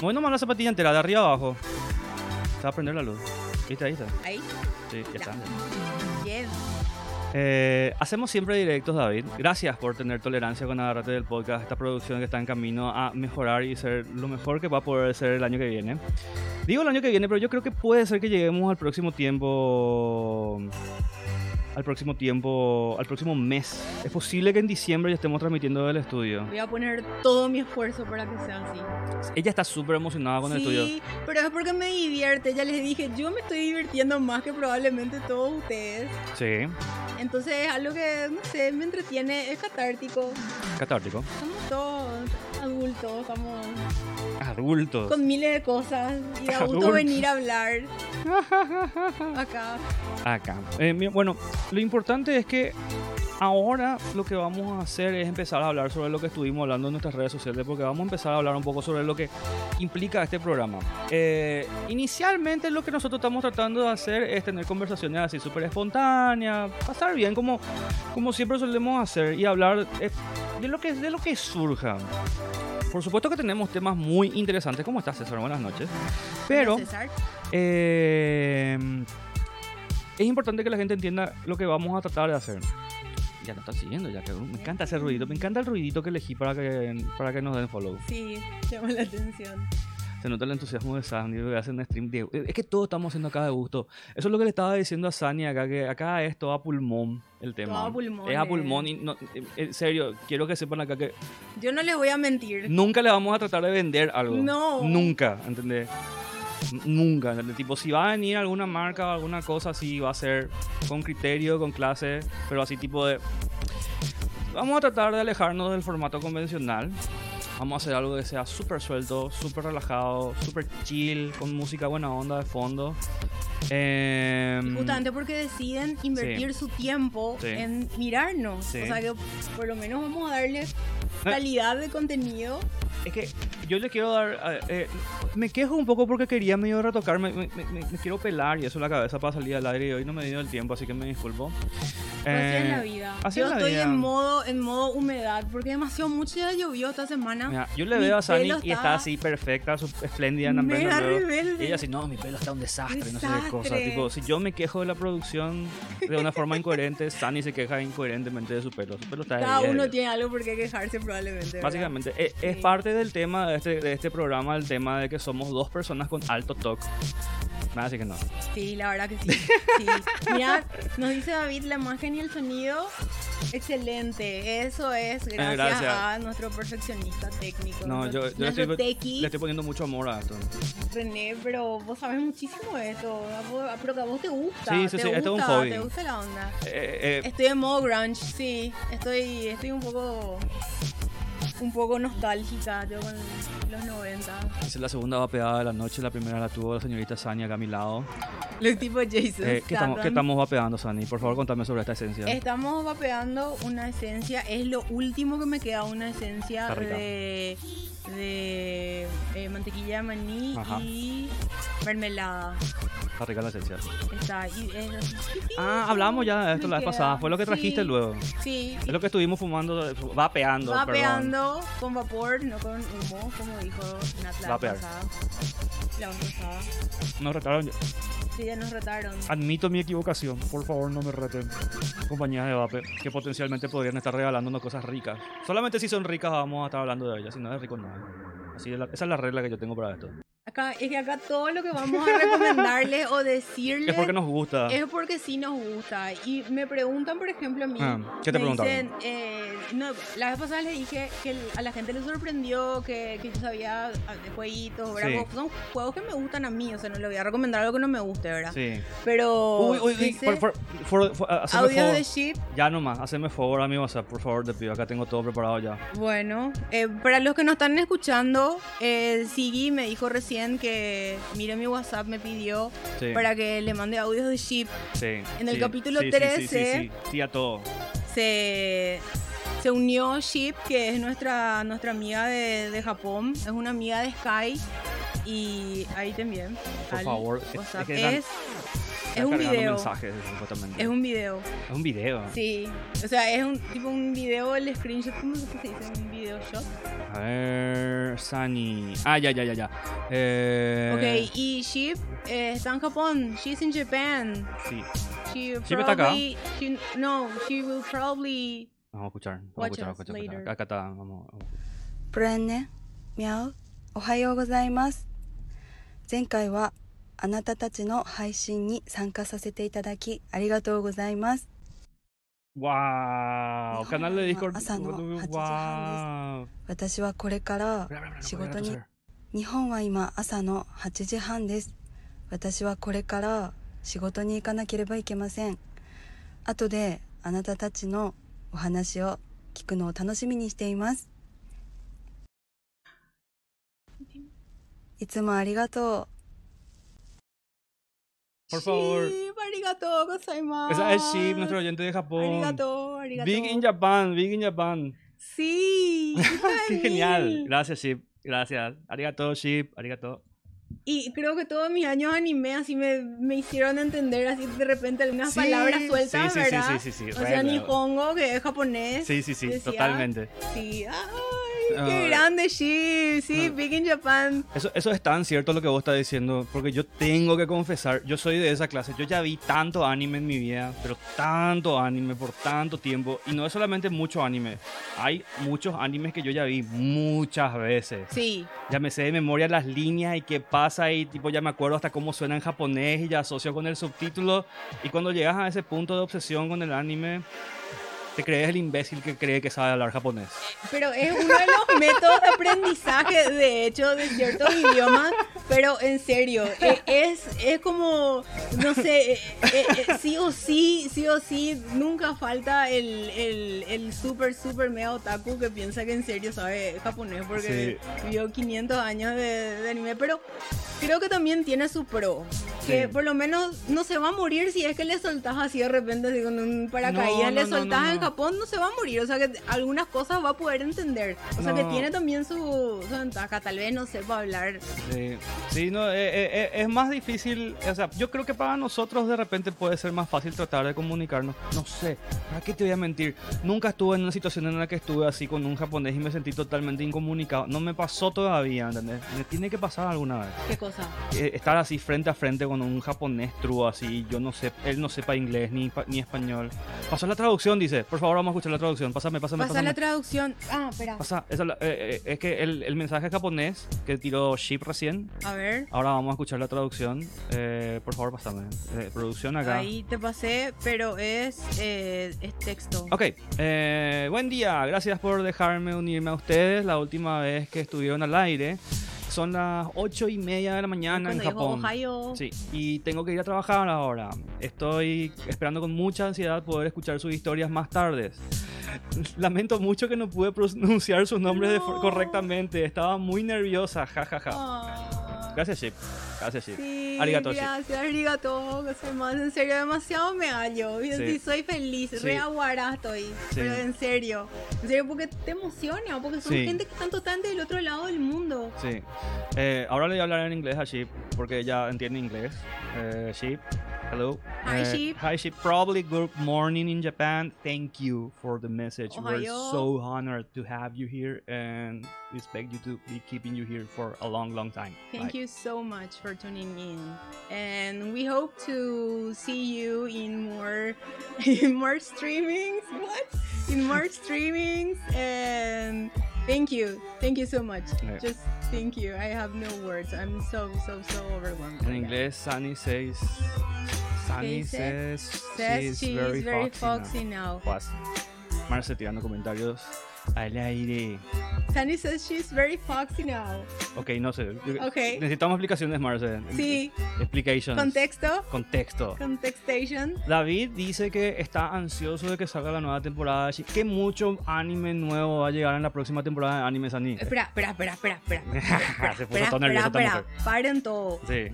A: Moviendo más la zapatilla entera, de arriba a abajo. Se va a prender la luz. ¿Viste? Ahí está.
B: Ahí.
A: Sí, ya está.
B: Bien.
A: Eh, hacemos siempre directos, David. Gracias por tener tolerancia con Agarrate del Podcast, esta producción que está en camino a mejorar y ser lo mejor que va a poder ser el año que viene. Digo el año que viene, pero yo creo que puede ser que lleguemos al próximo tiempo. Al próximo tiempo, al próximo mes. Es posible que en diciembre ya estemos transmitiendo del estudio.
B: Voy a poner todo mi esfuerzo para que sea así.
A: Ella está súper emocionada Ah, con el estudio.
B: Sí, pero es porque me divierte. Ya les dije, yo me estoy divirtiendo más que probablemente todos ustedes.
A: Sí,
B: Entonces es algo que, no sé, me entretiene, es catártico.
A: catártico.
B: Somos todos. adultos, estamos
A: Adultos.
B: con miles de cosas. Y de adulto
A: Adultos.
B: venir a hablar. Acá.
A: Acá. Eh, mi- bueno, lo importante es que ahora lo que vamos a hacer es empezar a hablar sobre lo que estuvimos hablando en nuestras redes sociales, porque vamos a empezar a hablar un poco sobre lo que implica este programa. Eh, inicialmente lo que nosotros estamos tratando de hacer es tener conversaciones así súper espontáneas, pasar bien como, como siempre solemos hacer y hablar eh, de, lo que, de lo que surja. Por supuesto que tenemos temas muy interesantes. ¿Cómo estás, César? Buenas noches. Pero...
B: César.
A: Eh, es importante que la gente entienda lo que vamos a tratar de hacer. Ya no están siguiendo, ya que uh, me encanta ese ruidito, me encanta el ruidito que elegí para que, para que nos den follow.
B: Sí, llama la atención.
A: Se nota el entusiasmo de Sandy, lo que hacen stream. de- eh, es que todos estamos haciendo acá de gusto. Eso es lo que le estaba diciendo a Sani acá, que acá es todo a pulmón el tema.
B: Todo a pulmón,
A: Es a
B: eh.
A: pulmón y no- en serio, quiero que sepan acá que
B: Yo no les voy a mentir.
A: Nunca le vamos a tratar de vender algo.
B: No.
A: Nunca, ¿entendés? N- Nunca, ¿entendés? Tipo, si va a venir alguna marca o alguna cosa así, va a ser con criterio, con clase, pero así tipo de... Vamos a tratar de alejarnos del formato convencional. Vamos a hacer algo que sea súper suelto, súper relajado, súper chill, con música buena onda de fondo. Em,
B: Justamente porque deciden invertir su tiempo
A: Sí.
B: en mirarnos.
A: Sí. Eh.
B: O sea que por lo menos vamos a darle calidad de contenido.
A: Es que yo le quiero dar. eh, eh, me quejo un poco porque quería medio retocar, me, me- me- me quiero pelar y eso en la cabeza para salir al aire y hoy no me dio el tiempo, así que me disculpo.
B: así es la
A: Eh,
B: vida.
A: así
B: Yo
A: es la
B: estoy
A: vida.
B: en modo, en modo humedad porque demasiado mucho ya llovió esta semana.
A: mira, yo le
B: Mi
A: veo a Sani
B: pelo
A: y está
B: está
A: así perfecta, su- espléndida en hambre,
B: mega
A: no veo.
B: rebelde.
A: Y ella así, no, mi pelo está un desastre, no sé qué cosa.
B: Desastre.
A: Tipo, si yo me quejo de la producción de una forma incoherente, Sani se queja incoherentemente de su pelo. Su pelo está de
B: Cada uno
A: diez.
B: tiene algo por qué quejarse probablemente. ¿verdad?
A: Básicamente, e- es,
B: Sí.
A: parte del tema de este, de este programa, el tema de que somos dos personas con alto toque. Nada, así que no.
B: Sí, la verdad que sí. sí. Mira, nos dice David, la imagen y el sonido, excelente. Eso es gracias,
A: Eh, gracias.
B: a nuestro perfeccionista técnico.
A: No, yo,
B: nuestro,
A: yo le,
B: nuestro
A: estoy,
B: tequi,
A: le estoy poniendo mucho amor a esto.
B: René, pero vos sabes muchísimo de eso. ¿verdad? Vos- Pero que a vos te gusta.
A: Sí, sí,
B: te
A: sí,
B: gusta,
A: esto es un hobby.
B: Te gusta la onda.
A: Eh, eh,
B: Estoy en modo grunge, sí. Estoy, estoy un poco. Un poco nostálgica, yo con los 90.
A: esa es la segunda vapeada de la noche. La primera la tuvo la señorita Sani acá a mi lado.
B: Los tipo Jason.
A: Eh, ¿qué, estamos,
B: Statham.
A: ¿Qué estamos vapeando, Sani? Por favor, contame sobre esta esencia.
B: Estamos vapeando una esencia, es lo último que me queda, una esencia
A: Está rica.
B: de, de eh, mantequilla de maní
A: Ajá.
B: y mermelada.
A: Está rica la esencia.
B: Está, y es-
A: Ah, hablamos ya de esto
B: Me
A: la vez
B: queda.
A: pasada. Fue lo que trajiste
B: Sí,
A: luego.
B: Sí,
A: Es lo que estuvimos fumando, eh, vapeando. perdón.
B: vapeando con vapor, no con humo, como dijo Nat la
A: Vapear.
B: vez pasada. La vez pasada.
A: Nos retaron.
B: Sí, ya nos retaron.
A: Admito mi equivocación. Por favor, no me reten. Compañías de vape que potencialmente podrían estar regalándonos cosas ricas. Solamente si son ricas vamos a estar hablando de ellas. Si no es rico, no. Así es la- esa es la regla que yo tengo para esto.
B: Acá, es que acá todo lo que vamos a recomendarles o decirles
A: Es porque nos gusta.
B: Es porque sí nos gusta. Y me preguntan, por ejemplo, a mí.
A: Ah, ¿qué te
B: me
A: preguntaron?
B: dicen, eh, no, la vez pasada les dije que el- a la gente le sorprendió que, que yo sabía ah, de jueguitos, ¿verdad?
A: Sí.
B: Como Son juegos que me gustan a mí, o sea, no le voy a recomendar algo que no me guste, ¿verdad?
A: Sí.
B: Pero.
A: Uy, uy, uy,
B: dice,
A: por, favor, for- for- haceme
B: Audios
A: favor.
B: de ship,
A: Ya nomás, haceme favor a mi WhatsApp, por favor, te pido. Acá tengo todo preparado ya.
B: bueno, eh, para los que nos están escuchando, eh, Siggy me dijo recién que mire mi WhatsApp, me pidió
A: Sí.
B: para que le mande audios de ship.
A: sí,
B: en el
A: sí,
B: capítulo ¿eh?
A: sí, sí, sí,
B: 13.
A: Sí, sí, sí, a todo.
B: se, se unió Ship, que es nuestra, nuestra amiga de, de Japón, es una amiga de Sky. Y ahí también.
A: Por
B: al
A: favor, es-
B: WhatsApp.
A: es que están-
B: es,
A: Está
B: es un
A: cargando
B: video.
A: mensajes, supuestamente.
B: Es un video.
A: Es un video.
B: Sí. O sea, es un tipo un video, el screenshot, ¿cómo se dice? Un video shot.
A: A ver, Sani. Ah, ya, ya, ya, ya. Eh,
B: Ok, y Ship eh, está en Japón. She's in Japan.
A: Sí,
B: She
A: Ship está acá.
B: probably- she- no, she will probably.
A: vamos a escuchar. Vamos a
B: Watch
A: escuchar,
B: us
A: vamos a escuchar,
B: later.
A: Acá, acá está, vamos. vamos.
C: プレンネ、ミャオ、おはようございます。前回はあなたたちの配信に参加させていただきありがとうございます。
A: ¡Wow! Canal de Discord.
C: Asano,
A: ¡Wow!
C: 私はこれから仕事に、日本は今朝の8時半です。私はこれから仕事に行かなければいけません。後であなたたちのお話を聞くのを楽しみにしています。いつもありがとう。
A: Por favor.
B: Sí, arigatou gozaimasu.
A: Esa es Ship, nuestro oyente de Japón.
B: Arigatou, arigatou.
A: Big in Japan, Big in Japan.
B: Sí.
A: Qué
B: Israel.
A: genial. Gracias, Ship. Gracias. Arigato, Ship. Arigato.
B: Y creo que todos mis años anime así me, me hicieron entender así de repente algunas
A: Sí,
B: palabras sueltas,
A: sí, sí, sí,
B: ¿verdad?
A: sí, sí, sí,
B: o
A: re
B: sea,
A: claro.
B: Nihongo, que es japonés.
A: Sí, sí, sí,
B: decía,
A: totalmente.
B: Sí, ay,
A: Ah.
B: qué grande ship, sí, Big in Japan.
A: Eso, eso es tan cierto lo que vos estás diciendo, porque yo tengo que confesar, yo soy de esa clase, yo ya vi tanto anime en mi vida, pero tanto anime por tanto tiempo, y no es solamente mucho anime, hay muchos animes que yo ya vi muchas veces.
B: Sí,
A: Ya me sé de memoria las líneas y qué pasa y tipo ya me acuerdo hasta cómo suena en japonés y ya asocio con el subtítulo. Y cuando llegas a ese punto de obsesión con el anime, te crees el imbécil que cree que sabe hablar japonés.
B: pero es uno de los métodos de aprendizaje, de hecho, de ciertos idiomas, pero en serio, e- es, es como, no sé, e- e- e- sí o sí, sí o sí, nunca falta el, el, el super, super mega otaku que piensa que en serio sabe japonés porque vio 500 años de, de anime, pero creo que también tiene su pro. Que
A: Sí.
B: por lo menos no se va a morir si es que le soltás así de repente, así con un paracaídas,
A: No,
B: le
A: no, no,
B: soltás
A: no,
B: en
A: no.
B: Japón, no se va a morir. O sea que algunas cosas va a poder entender. O sea que
A: No.
B: tiene también su, su ventaja. Tal vez no sepa hablar.
A: Sí, sí, no, eh, eh, eh, es más difícil, o sea, yo creo que para nosotros de repente puede ser más fácil tratar de comunicarnos. No sé, ¿para qué te voy a mentir? Nunca estuve en una situación en la que estuve así con un japonés y me sentí totalmente incomunicado. No me pasó todavía, ¿entendés? Me tiene que pasar alguna vez.
B: ¿Qué cosa?
A: Eh, Estar así frente a frente con un japonés true así, yo no sé, él no sepa inglés ni, pa- ni español. Pasó la traducción, dice. Por favor, vamos a escuchar la traducción. Pásame, pásame,
B: Pasa
A: pásame.
B: la traducción. Ah, espera.
A: Pasa- esa la- eh, eh, es que el, el mensaje japonés que tiró Ship recién
B: A ver.
A: Ahora vamos a escuchar la traducción. Eh, por favor, pásame. Eh, producción acá.
B: Ahí te pasé, pero es, eh, es texto.
A: Ok, eh, buen día, gracias por dejarme unirme a ustedes. La última vez que estuvieron al aire son las 8 y media de la mañana ah, en
B: Cuando dijo
A: Japón.
B: Ohio.
A: Sí, y tengo que ir a trabajar ahora. Estoy esperando con mucha ansiedad poder escuchar sus historias más tarde. Lamento mucho que no pude pronunciar sus nombres de-
B: No.
A: correctamente. Estaba muy nerviosa, jajaja.
B: Ah.
A: Gracias, Ship. Gracias, Ship.
B: Sí,
A: Arigato, Ship.
B: gracias, arigato, más en serio, demasiado me hallo, y
A: Sí.
B: sí, soy feliz,
A: Sí.
B: re aguará estoy, pero en serio, en serio, porque te emociona, porque son
A: Sí.
B: gente que están totalmente del otro lado del mundo.
A: Sí. Eh, ahora le voy a hablar en inglés a Sheep porque ella entiende inglés. Eh, Sheep, hello.
B: Hi,
A: Eh,
B: Sheep.
A: Hi Sheep. Probably good morning in Japan. Thank you for the message. We're
B: Ohayo.
A: so honored to have you here and we expect you to be keeping you here for a long, long time.
B: Thank you so much for tuning in, and we hope to see you in more, in more streamings. What? In more streamings, and thank you, thank you so much.
A: Yeah.
B: Just thank you. I have no words. I'm so so so
A: En
B: overwhelmed. right now.
A: inglés, Sunny says. Sunny
B: She
A: says,
B: says-
A: she's
B: says she
A: very,
B: is very
A: foxy.
B: foxy now.
A: now. Guas. Marce tirando comentarios al aire.
B: Sunny says she's very foxy now.
A: Ok, no sé.
B: Ok.
A: Necesitamos explicaciones, Marce.
B: Sí,
A: Explications.
B: contexto,
A: Contexto.
B: contextation.
A: David dice que está ansioso de que salga la nueva temporada de Shi- que mucho anime nuevo va a llegar en la próxima temporada de Anime Sani.
B: Espera, espera, espera, espera, espera.
A: Se puso
B: Espera,
A: tan
B: espera,
A: nerviosa esta
B: espera.
A: mujer.
B: Paren todo.
A: Sí.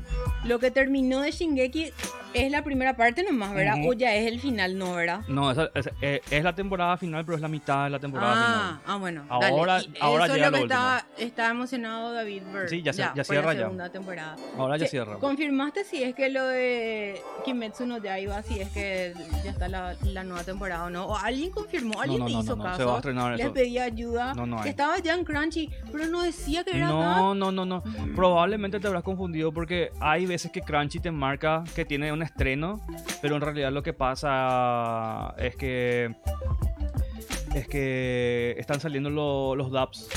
B: Lo que terminó de Shingeki es la primera parte nomás, ¿verdad?
A: Ujú.
B: O ya es el final, ¿no, verdad?
A: No, esa- esa- eh, es, la temporada final, pero es la mitad de la temporada
B: Ah, ah, bueno.
A: Ahora-
B: dale. Y
A: ahora
B: eso
A: llega
B: es lo
A: lo
B: que está, está emocionado David Bird.
A: Sí, ya se- ya
B: por
A: cierra
B: la
A: ya.
B: segunda temporada.
A: final. Ahora ya
B: Che,
A: cierra.
B: ¿Confirmaste si es que lo de Kimetsu no Yaiba, si es que ya está la, la nueva temporada o no? ¿O alguien confirmó? ¿Alguien
A: no,
B: te
A: no,
B: hizo
A: no, no,
B: caso?
A: se va a estrenar
B: Les
A: eso.
B: pedí ayuda.
A: No, no hay.
B: Estaba ya en Crunchy, pero no decía que era acá.
A: No, no, no, no. Probablemente te habrás confundido porque hay veces que Crunchy te marca que tiene un estreno, pero en realidad lo que pasa es que es que están saliendo lo- los dubs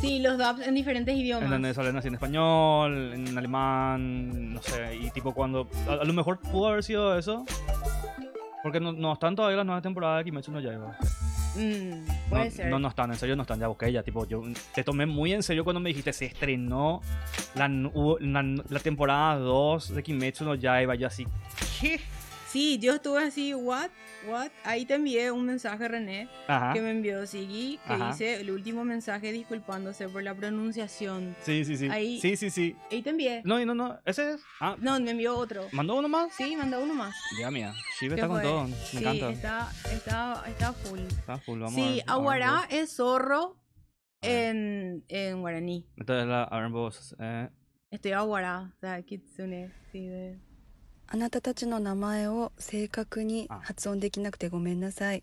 B: Sí, los dubs en diferentes
A: En
B: idiomas.
A: donde salen así en español, en alemán, no sé, y tipo cuando... A, a lo mejor pudo haber sido eso, porque no, no están todavía las nuevas temporadas de Kimetsu no Yaiba.
B: Mm,
A: No,
B: puede ser.
A: no, no están, en serio no están, ya busqué ya, tipo, yo te tomé muy en serio cuando me dijiste, se estrenó la, nu- la, la temporada 2 de Kimetsu no Yaiba, yo así, ¿qué?
B: Sí, yo estuve así, what, what. Ahí te envié un mensaje, René,
A: Ajá.
B: que me envió Sigui, que
A: Ajá.
B: dice el último mensaje disculpándose por la pronunciación.
A: Sí, sí, sí.
B: Ahí-
A: Sí, sí, sí.
B: Ahí te envié.
A: No, y no, no. Ese es. Ah,
B: No, me envió otro.
A: ¿mandó uno más?
B: Sí, manda uno más.
A: Ya, mía. Shiva
B: ¿Qué
A: está con
B: fue?
A: todo. Me
B: sí,
A: encanta.
B: Está, está, está full.
A: Está full, vamos a ver- Ah,
B: sí,
A: a ver
B: aguará
A: vos.
B: es zorro
A: A ver.
B: en, en guaraní.
A: Entonces, la, a ver vos. Eh,
B: Estoy aguará, o sea, kitsune. Sí, de...
C: あなたたちの名前を正確に発音できなくてごめんなさい。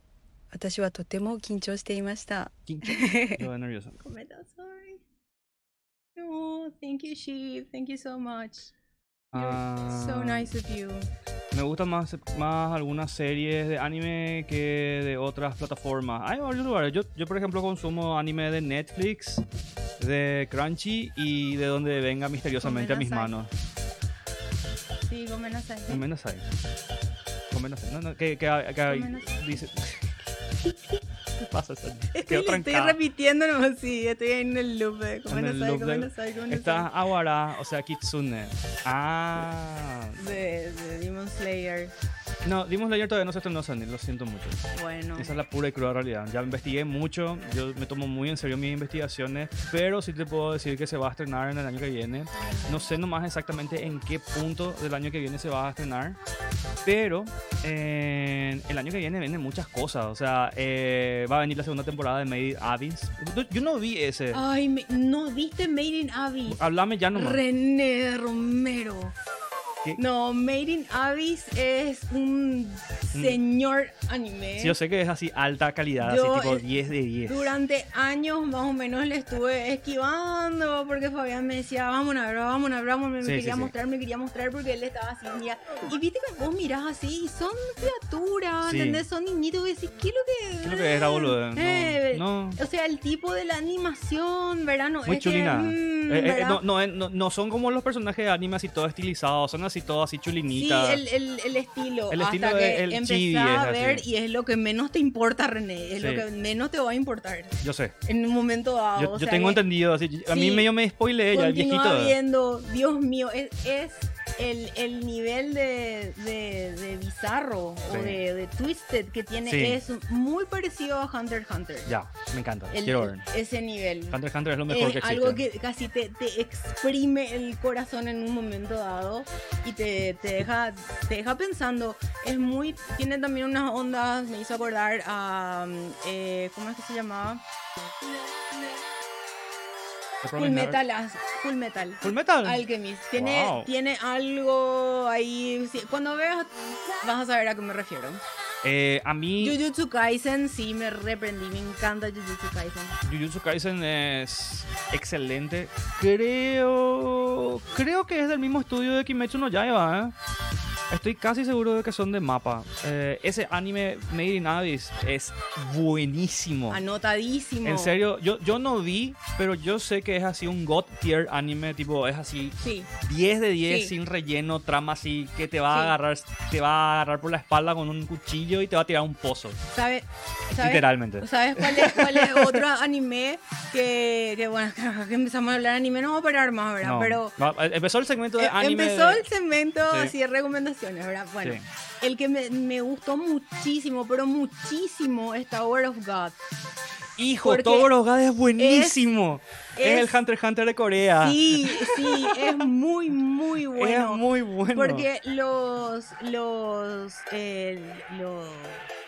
C: 私はとても緊張していました。
A: quincho. Yo nervioso.
B: Cometa, sorry. No, thank you, Sheep. Thank you so much.
A: Ah,
B: So nice of you.
A: Me gustan más, más algunas series de anime que de otras plataformas. Hay varios lugares. Yo, yo, por ejemplo, consumo anime de Netflix, de Crunchy y de donde venga misteriosamente a mis
B: Comenazai.
A: manos.
B: Sí, gomenasai.
A: Comenazai. Comenazai. No, no, que, que, que
B: Comenazai.
A: dice. ¿Qué pasa, Sandy? Quedó
B: Estoy, estoy
A: trancada.
B: repitiendo nomás, sí, estoy en el loop
A: En
B: de
A: el
B: gomenasai,
A: loop de-
B: gomenasai,
A: Está
B: gomenasai.
A: Awara, o sea, Kitsune. Ah.
B: De, de Demon Slayer.
A: No, Demon Slayer todavía no se estrenó, Sandy, lo siento mucho.
B: Bueno.
A: Esa es la pura y cruda realidad. Ya investigué mucho, yo me tomo muy en serio mis investigaciones, pero sí te puedo decir que se va a estrenar en el año que viene. No sé nomás exactamente en qué punto del año que viene se va a estrenar, pero eh, el año que viene vienen muchas cosas. O sea, eh, va a venir la segunda temporada de Made in Abyss. Yo- Yo no vi ese.
B: Ay, me- no viste Made in Abyss.
A: Hablame ya nomás.
B: René Romero.
A: ¿Qué?
B: No, Made in Abyss es un señor anime.
A: Mm. Sí, yo sé que es así alta calidad,
B: Yo,
A: así tipo
B: eh,
A: 10 de 10.
B: Durante años más o menos le estuve esquivando porque Fabián me decía, vamos a ver, vamos a ver, vamos, me
A: Sí,
B: quería
A: sí, sí.
B: mostrar, me quería mostrar porque él estaba así. mira. Y viste que vos mirás así y son criaturas,
A: Sí.
B: ¿entendés? Son niñitos y decís, ¿qué es lo que
A: ¿Qué es lo que era, boludo? No,
B: Eh,
A: no.
B: O sea, el tipo de la animación, ¿verdad? No,
A: Muy
B: Pues es que,
A: chulina.
B: mm,
A: Eh, eh,
B: ¿verdad?
A: no, no, eh, no, no son como los personajes de anime así todo estilizados, son así todo así
B: Sí,
A: chulinitas.
B: el, el, el estilo.
A: El estilo
B: hasta
A: de-
B: que
A: el chibi es
B: empezás a
A: así.
B: ver y es lo que menos te importa, René. Es
A: Sí.
B: lo que menos te va a importar
A: Yo sé,
B: en un momento dado.
A: yo,
B: Oh, o
A: yo
B: sea,
A: tengo
B: es-
A: entendido, así, a mí
B: sí,
A: medio me spoileé ya el viejito.
B: Continúa viendo, Dios mío, es, es el, el nivel de, de, de bizarro
A: Sí.
B: o de, de twisted que tiene.
A: Sí.
B: Es muy parecido a Hunter x Hunter.
A: Ya, me encanta,
B: El-
A: quiero ver.
B: ese nivel.
A: Hunter x Hunter es lo mejor
B: es
A: que existe.
B: algo que casi te, te exprime el corazón en un momento dado y te, te deja, te deja pensando. Es muy. Tiene también unas ondas, me hizo acordar a. mm, eh, ¿Cómo es que se llamaba?
A: The
B: Full
A: Promised Never-
B: Metal. as- Full Metal.
A: Full Metal.
B: Alchemist. Tiene,
A: Wow.
B: tiene algo ahí. sí, cuando veas, vas a saber a qué me refiero.
A: Eh, a mí,
B: Jujutsu Kaisen, sí, me reprendí. Me encanta Jujutsu Kaisen.
A: Jujutsu Kaisen es excelente. Creo, creo que es del mismo estudio de Kimetsu no Yaiba, ¿eh? Estoy casi seguro de que son de mapa. Eh, ese anime Made in Abyss es buenísimo.
B: Anotadísimo.
A: Oh. En serio, yo, yo no vi, pero yo sé que es así un God tier anime, tipo, es así
B: Sí.
A: 10 de 10,
B: Sí.
A: sin relleno, trama así, que te va a
B: Sí.
A: agarrar, te va a agarrar por la espalda con un cuchillo y te va a tirar a un pozo.
B: ¿Sabe, ¿Sabes
A: Literalmente.
B: ¿Sabes cuál es, cuál es otro anime que, que, bueno, que empezamos a hablar de anime? No vamos a parar más, ¿verdad?
A: No.
B: Pero
A: Va- empezó el segmento de
B: eh,
A: anime.
B: empezó
A: de-
B: el segmento
A: Sí.
B: así de recomendaciones, ¿verdad? Bueno,
A: Sí.
B: el que me, me gustó muchísimo, pero muchísimo es Tower of God.
A: Hijo,
B: porque
A: Tower of God es buenísimo. Es,
B: es-
A: el Hunter x Hunter de Corea.
B: Sí, sí, es muy, muy bueno.
A: Ah. Es muy bueno. Eh,
B: Porque los los eh, los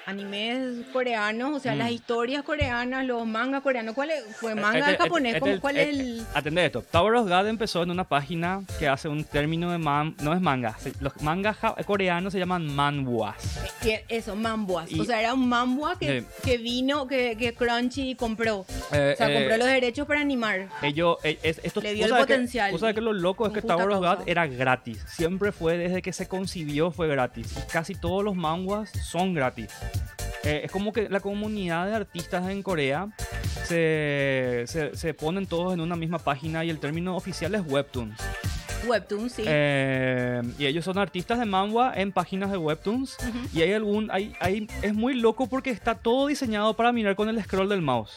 B: animes coreanos, o sea,
A: Mm.
B: las historias coreanas, los mangas coreanos, ¿cuál es? Pues manga
A: Este- este-
B: japonés,
A: este
B: ¿cómo-
A: el-
B: ¿cuál
A: eh,
B: es el...?
A: Atende esto. Tower of God empezó en una página que hace un término de man... No es manga. se- Los mangas ja- coreanos se llaman manhwas.
B: que- eh, Eso, mambuas.
A: Y-
B: o sea, era un mambua que,
A: Sí.
B: que vino, que, que Crunchy compró.
A: Eh,
B: O sea,
A: eh,
B: compró los derechos para animar.
A: Ellos, eh, es- estos,
B: Le vio
A: vos
B: el
A: sabés que-
B: potencial.
A: vos sabés que lo loco es
B: Con
A: que
B: justa
A: Tower of God
B: causa.
A: era gratis. Siempre fue, desde que se concibió, fue gratis. Y casi todos los manguas son gratis. Eh, es como que la comunidad de artistas en Corea se, se, se ponen todos en una misma página y el término oficial es Webtoons.
B: Webtoon, sí.
A: Eh, y ellos son artistas de manhwa en páginas de webtoons.
B: Ujú.
A: Y hay algún. Hay, hay- es muy loco porque está todo diseñado para mirar con el scroll del mouse.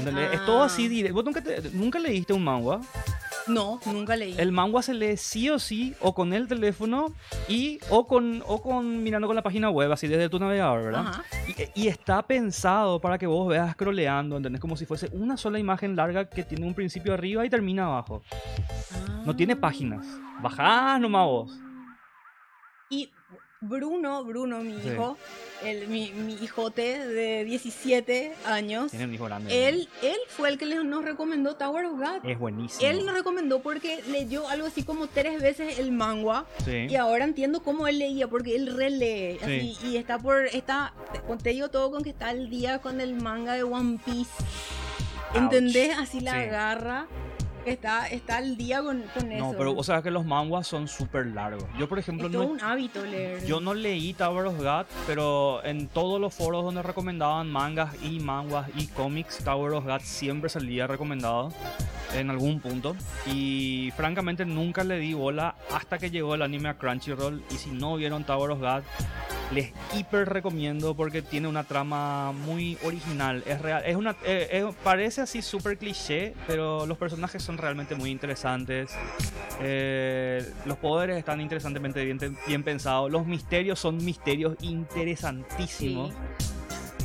A: ¿Entendés? Es todo
B: Ah.
A: así directo. ¿Vos nunca, te- nunca leíste un manhwa?
B: No, nunca leí.
A: El manga se lee sí o sí, o con el teléfono, y o con, o con mirando con la página web, así desde tu navegador, ¿verdad?
B: Ajá.
A: Y, y está pensado para que vos veas scrolleando, ¿entendés? Como si fuese una sola imagen larga que tiene un principio arriba y termina abajo. No tiene
B: Ah.
A: páginas. Bajás nomás vos.
B: Y Bruno, Bruno, mi
A: Sí.
B: hijo, el, mi, mi hijote de 17 años,
A: Tiene un hijo grande.
B: él, él fue el que le- nos recomendó Tower of God.
A: ¿no? Es buenísimo.
B: Él nos recomendó porque leyó algo así como tres veces el manga
A: Sí.
B: y ahora entiendo cómo él leía porque él relee así, y está por está te digo todo con que está al día con el manga de One Piece. ¿Entendés? Así la
A: Sí.
B: agarra. Está está al día con, con eso.
A: No, pero o sea que los manguas son súper largos. Yo, por ejemplo,
B: es todo
A: no,
B: un hábito leer.
A: Yo no leí Tower of God, pero en todos los foros donde recomendaban mangas y manguas y cómics, Tower of God siempre salía recomendado en algún punto. Y francamente nunca le di bola hasta que llegó el anime a Crunchyroll. Y si no vieron Tower of God, les hiper recomiendo porque tiene una trama muy original. Es real, es una, eh, es- parece así súper cliché, pero los personajes son realmente muy interesantes. Eh, los poderes están interesantemente bien, bien pensados. Los misterios son misterios interesantísimos.
B: Sí. Ya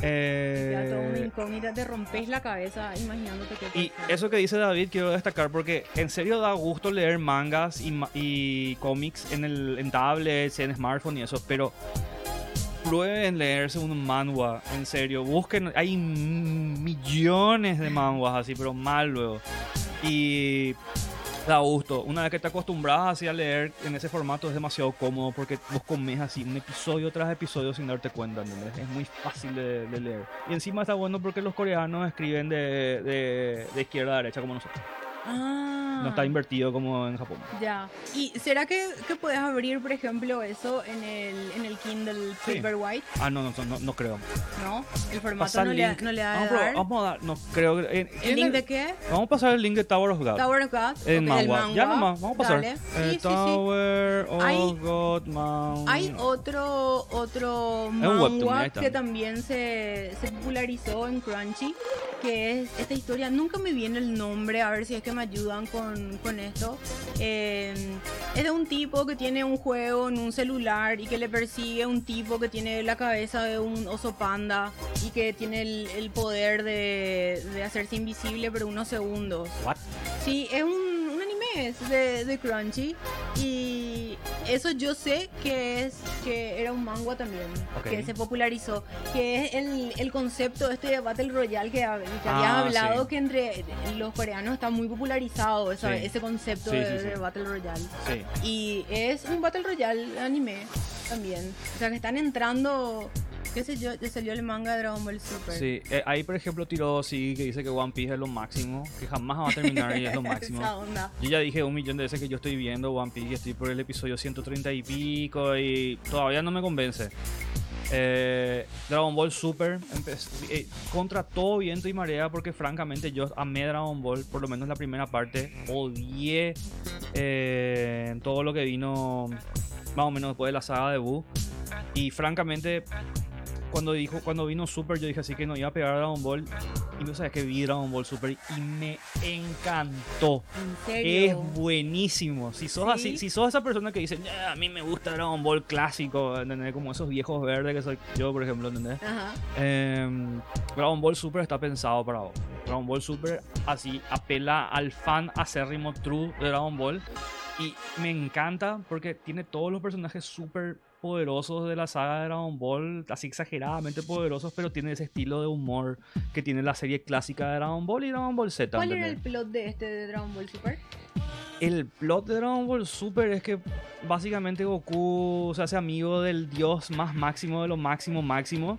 B: toda una
A: Eh,
B: incógnita, te rompes la cabeza imaginándote qué
A: y
B: pasa.
A: eso que dice David quiero destacar porque en serio da gusto leer mangas y, ma- y cómics en, el, en tablets, en smartphone y eso, pero prueben leerse un manhwa, en serio, busquen, hay m- millones de manhwas así, pero mal luego. Y da gusto, una vez que te acostumbras así a leer en ese formato es demasiado cómodo porque vos comes así un episodio tras episodio sin darte cuenta, ¿entendés? Es muy fácil de, de leer. Y encima está bueno porque los coreanos escriben de, de- de izquierda a derecha como nosotros.
B: Ah,
A: No está invertido como en Japón.
B: Ya. ¿Y será que, que puedes abrir, por ejemplo, eso en el, en el Kindle
A: Sí.
B: Paperwhite?
A: Ah, no, no, no, no creo.
B: ¿No? El formato
A: Pasa
B: no
A: el
B: le,
A: link.
B: no le da
A: vamos,
B: de
A: a probar-
B: dar.
A: vamos a dar, no creo. que- eh,
B: ¿El
A: ¿tiene-
B: link de qué?
A: Vamos a pasar el link de Tower of God.
B: Tower of God.
A: En
B: Ok, del
A: manga. Ya
B: manga.
A: nomás, vamos a pasar.
B: Dale.
A: Eh,
B: Sí, sí, sí.
A: Tower of
B: Hay-
A: God Manga.
B: Hay otro, otro
A: Es un webtoon, ahí
B: manga
A: está.
B: que también se, se popularizó en Crunchy, que es esta historia, nunca me viene el nombre, a ver si es que me ayudan con, con esto. Eh, es de un tipo que tiene un juego en un celular y que le persigue un tipo que tiene la cabeza de un oso panda y que tiene el, el poder de, de hacerse invisible por unos segundos.
A: What?
B: Sí, es un, un anime es de, de Crunchy y eso yo sé que es que era un manga también
A: Ok.
B: que se popularizó que es el, el concepto este de Battle Royale que, hab- que
A: Ah,
B: había hablado
A: sí.
B: que entre los coreanos está muy popularizado esa-
A: Sí.
B: ese concepto
A: Sí,
B: de,
A: sí, sí.
B: de Battle Royale
A: Sí.
B: y es un Battle Royale anime también o sea que están entrando qué sé yo ya salió el manga de Dragon Ball Super
A: Sí, eh, ahí por ejemplo tiró sí que dice que One Piece es lo máximo, que jamás va a terminar y es lo máximo.
B: esa onda
A: Yo ya dije un millón de veces que yo estoy viendo One Piece y estoy por el episodio 130 y pico y todavía no me convence. Eh, Dragon Ball Super empe- eh, contra todo viento y marea porque francamente yo amé Dragon Ball, por lo menos la primera parte, odié eh, todo lo que vino más o menos después de la saga de Buu y francamente cuando dijo cuando vino Super yo dije así que no iba a pegar a Dragon Ball y no sabes que vi Dragon Ball Super y me encantó.
B: en
A: Es
B: serio
A: buenísimo. Si sos
B: ¿Sí?
A: así, si sos esa persona que dice, "Ah, a mí me gusta Dragon Ball clásico, ¿entendés? Como esos viejos verdes que soy yo, por ejemplo, ¿entendés?
B: ajá
A: Em, Dragon Ball Super está pensado para vos. Dragon Ball Super así apela al fan acérrimo true de Dragon Ball. Y me encanta porque tiene todos los personajes súper poderosos de la saga de Dragon Ball, así exageradamente poderosos, pero tiene ese estilo de humor que tiene la serie clásica de Dragon Ball y Dragon Ball Z.
B: ¿Cuál era
A: ¿entendés?
B: el plot de este de Dragon Ball Super?
A: El plot de Dragon Ball Super es que básicamente Goku se hace amigo del dios más máximo de lo máximo máximo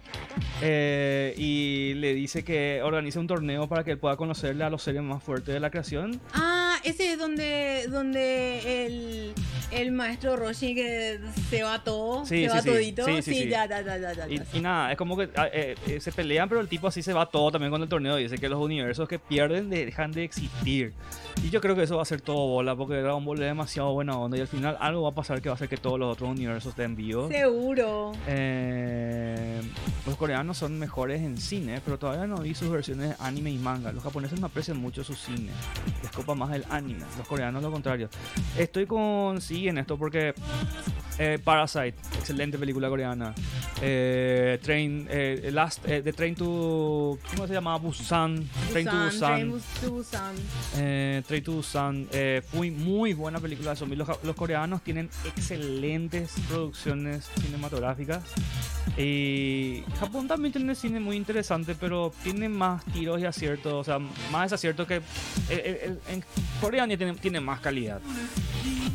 A: eh, y le dice que organice un torneo para que él pueda conocerle a los seres más fuertes de la creación.
B: Ah, ese es donde, donde el, el maestro Roshi que se va todo,
A: Sí,
B: se
A: sí,
B: va
A: sí.
B: todito.
A: Sí, sí, sí.
B: ya, ya, ya, ya, ya.
A: Y,
B: ya.
A: y nada, es como que ah, eh, eh, se pelean, pero el tipo así se va todo también con el torneo. Dice que los universos que pierden dejan de existir. Y yo creo que eso va a ser todo bola, porque Dragon Ball es demasiado buena onda y al final algo va a pasar que va a hacer que todos los otros universos estén vivos.
B: Seguro.
A: Eh, los coreanos son mejores en cine, pero todavía no vi sus versiones de anime y manga. Los japoneses no aprecian mucho su cine. Les copa más el anime. Los coreanos lo contrario. Estoy con sí en esto porque eh, Parasite, excelente película coreana. Eh, Train, eh, Last, eh, The Train to, ¿cómo se llama? Busan. Train to Busan.
B: Train Bus- to Busan.
A: Eh, Train to Busan. Eh, fue muy buena película de zombies. Los, ja- los coreanos tienen excelentes producciones cinematográficas. Y Japón también tiene cine muy interesante, pero tiene más tiros y aciertos, o sea, más desaciertos que... eh, eh, eh, en Corea ni tiene, tiene más calidad.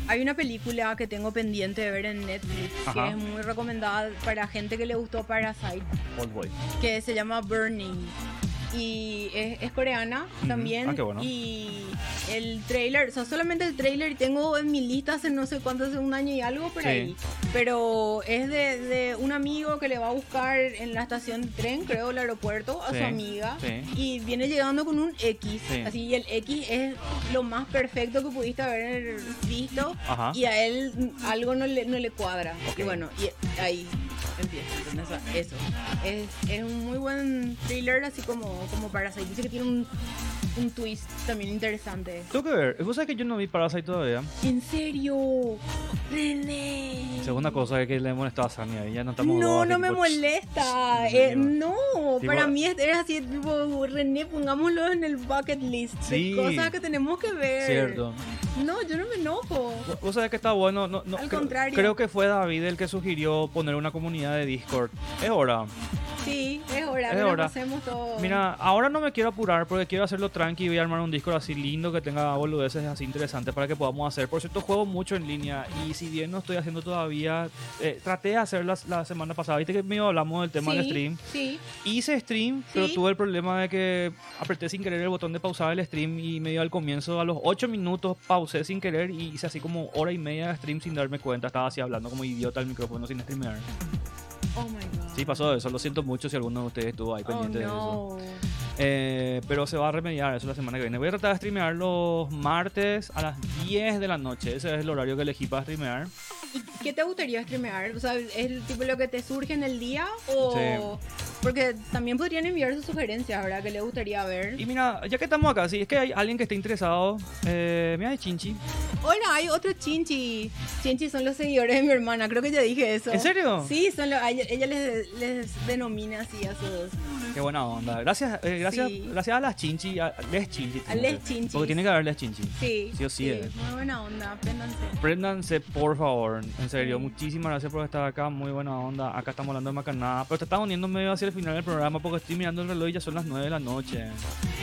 B: Hay una película que tengo pendiente de ver en Netflix
A: Ajá.
B: que es muy recomendada para gente que le gustó Parasite,
A: Old Boy.
B: que se llama Burning. Y es, es coreana
A: Ujú.
B: también.
A: Ah, qué bueno.
B: Y el trailer, o sea, solamente el trailer tengo en mi lista hace no sé cuánto, hace un año y algo por
A: Sí.
B: ahí. Pero es de, de un amigo que le va a buscar en la estación de tren, creo, el aeropuerto, a
A: Sí,
B: su amiga.
A: sí.
B: Y viene llegando con un X.
A: Sí.
B: Así, y el X es lo más perfecto que pudiste haber visto.
A: Ajá.
B: Y a él mm, algo no le, no le cuadra.
A: Ok.
B: Y bueno, y ahí empieza. entonces, o sea, eso. Es, es un muy buen thriller, así como, como Parasite. Dice que tiene un, un twist también interesante.
A: Tengo que ver. Vos sabés que yo no vi Parasite todavía.
B: ¿En serio? René.
A: Segunda cosa que le molestaba a Sani ahí. Ya no estamos
B: No,
A: dos,
B: no
A: así,
B: me
A: tipo,
B: molesta.
A: ch- me
B: Eh,
A: lleva.
B: no,
A: Tipo-
B: para mí es- era así, tipo, René, pongámoslo en el bucket list
A: Sí.
B: de cosas que tenemos que ver.
A: Cierto.
B: No, yo no me enojo.
A: Vos- Vos sabés que está bueno. No, no,
B: Al
A: creo-
B: contrario.
A: Creo que fue David el que sugirió poner una comunidad de Discord. Es hora.
B: Sí, es hora,
A: Es
B: que lo
A: hora.
B: pasemos todo.
A: Mira, ahora no me quiero apurar porque quiero hacerlo tranqui y voy a armar un Discord así lindo que tenga boludeces así interesantes para que podamos hacer. Por cierto, juego mucho en línea y si bien no estoy haciendo todavía, eh, traté de hacer la, la semana pasada. Viste que medio hablamos del tema
B: sí,
A: del stream.
B: Sí,
A: Hice stream, pero
B: Sí.
A: tuve el problema de que apreté sin querer el botón de pausar el stream y medio al comienzo, a los 8 minutos, pausé sin querer y hice así como hora y media de stream sin darme cuenta. Estaba así hablando como idiota al micrófono sin streamear.
B: Oh my god.
A: Sí, pasó eso. Lo siento mucho si alguno de ustedes estuvo ahí
B: Oh
A: pendiente de eso.
B: no.
A: Eh, pero se va a remediar eso la semana que viene. Voy a tratar de streamear los martes a las 10 de la noche. Ese es el horario que elegí para streamear.
B: ¿Y qué te gustaría streamear? O sea, ¿es el tipo lo que te surge en el día o porque también podrían enviar sus sugerencias, ¿verdad? Que le gustaría ver.
A: Y mira, ya que estamos acá, si es que hay alguien que esté interesado, eh, mira de Chinchi.
B: Hola, Oh, hay otro Chinchi. Chinchi son los seguidores de mi hermana, creo que ya dije eso.
A: ¿En serio?
B: Sí, son los- a ella, ella les, les denomina así a sus.
A: Qué buena onda. Gracias, eh, gracias,
B: Sí.
A: gracias a las chinchi, a les chinchi.
B: A les chinchis.
A: Porque tiene que haber les chinchi.
B: Sí.
A: Sí o sí es.
B: Muy buena onda, apréndanse.
A: Préndanse, por favor. En serio, muchísimas gracias por estar acá. Muy buena onda. Acá estamos hablando de macanada. Pero te estás uniendo medio hacia el final del programa porque estoy mirando el reloj y ya son las 9 de la noche.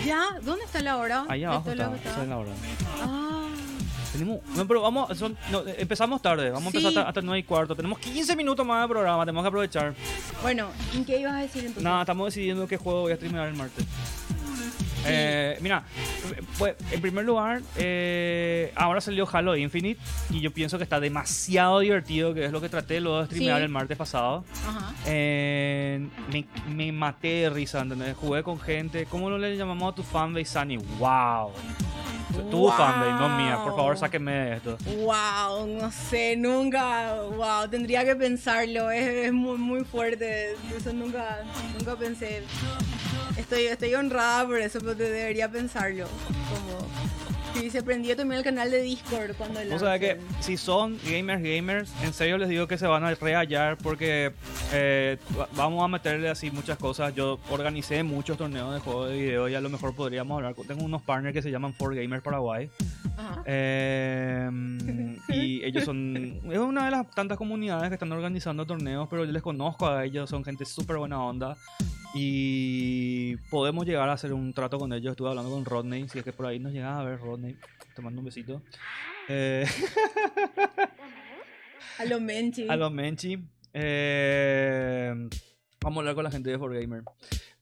B: Ya, ¿dónde está la hora?
A: Allá abajo
B: Esto es lo
A: está.
B: que
A: Esa es la hora.
B: Ah.
A: Tenemos, no, pero vamos, son- no, eh, empezamos tarde. Vamos a
B: Sí.
A: empezar hasta, hasta 9 y cuarto. Tenemos 15 minutos más de programa. Tenemos que aprovechar.
B: Bueno, ¿y qué ibas a decir entonces?
A: Nada, estamos decidiendo qué juego voy a streamear el martes. Eh, mira, pues, en primer lugar, eh, ahora salió Halo Infinite y yo pienso que está demasiado divertido, que es lo que traté luego de streamear
B: Sí.
A: el martes pasado.
B: Ajá.
A: Eh, me, me maté de risa, ¿entendés? Jugué con gente. ¿Cómo no le llamamos a tu fanbase, Sunny? ¡Wow! Tu- Tu
B: Wow.
A: fanbase, no mía. Por favor, sáquenme de esto.
B: Wow, no sé, nunca, wow, tendría que pensarlo, es, es muy, muy fuerte, eso nunca, nunca pensé. Estoy, estoy honrada por eso, pero te- debería pensarlo. Como, sí, se prendió también el canal de Discord cuando
A: O
B: lancen.
A: sea que si son gamers, gamers, en serio les digo que se van a reallar porque eh, va- vamos a meterle así muchas cosas. Yo organicé muchos torneos de juego de video y a lo mejor podríamos hablar. con- Tengo unos partners que se llaman 4Gamers Paraguay.
B: Ajá.
A: Eh, y ellos son. Es una de las tantas comunidades que están organizando torneos, pero yo les conozco a ellos, son gente súper buena onda. Y podemos llegar a hacer un trato con ellos. Estuve hablando con Rodney, si es que por ahí nos llega a ver, Rodney. Te mando un besito. Eh,
B: A lo Menchi.
A: a los Menchi. Eh, vamos a hablar con la gente de 4Gamer.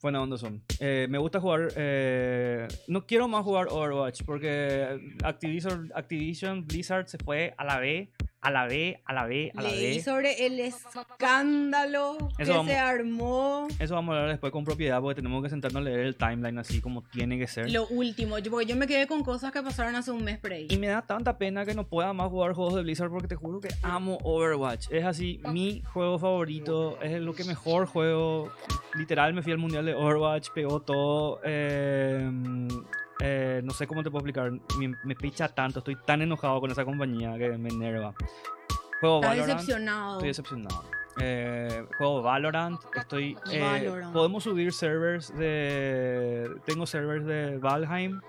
A: Buena onda son. Eh, me gusta jugar. eh, no quiero más jugar Overwatch porque Activision, Activision Blizzard se fue a la B, a la B, a la B, a la
B: Leí
A: B.
B: sobre el escándalo que
A: Eso vamos-
B: se armó.
A: Eso vamos a hablar después con propiedad porque tenemos que sentarnos a leer el timeline así como tiene que ser.
B: Lo último, yo, porque yo me quedé con cosas que pasaron hace un mes por ahí.
A: Y me da tanta pena que no pueda más jugar juegos de Blizzard porque te juro que amo Overwatch. Es así mi juego favorito, es lo que mejor juego. Literal, me fui al mundial de Overwatch, pegó todo. eh, eh, no sé cómo te puedo explicar, me, me picha tanto, estoy tan enojado con esa compañía que me enerva. Juego
B: Está
A: Valorant,
B: decepcionado.
A: estoy decepcionado. Eh, juego Valorant, estoy... eh,
B: Valorant.
A: Podemos subir servers de... Tengo servers de Valheim.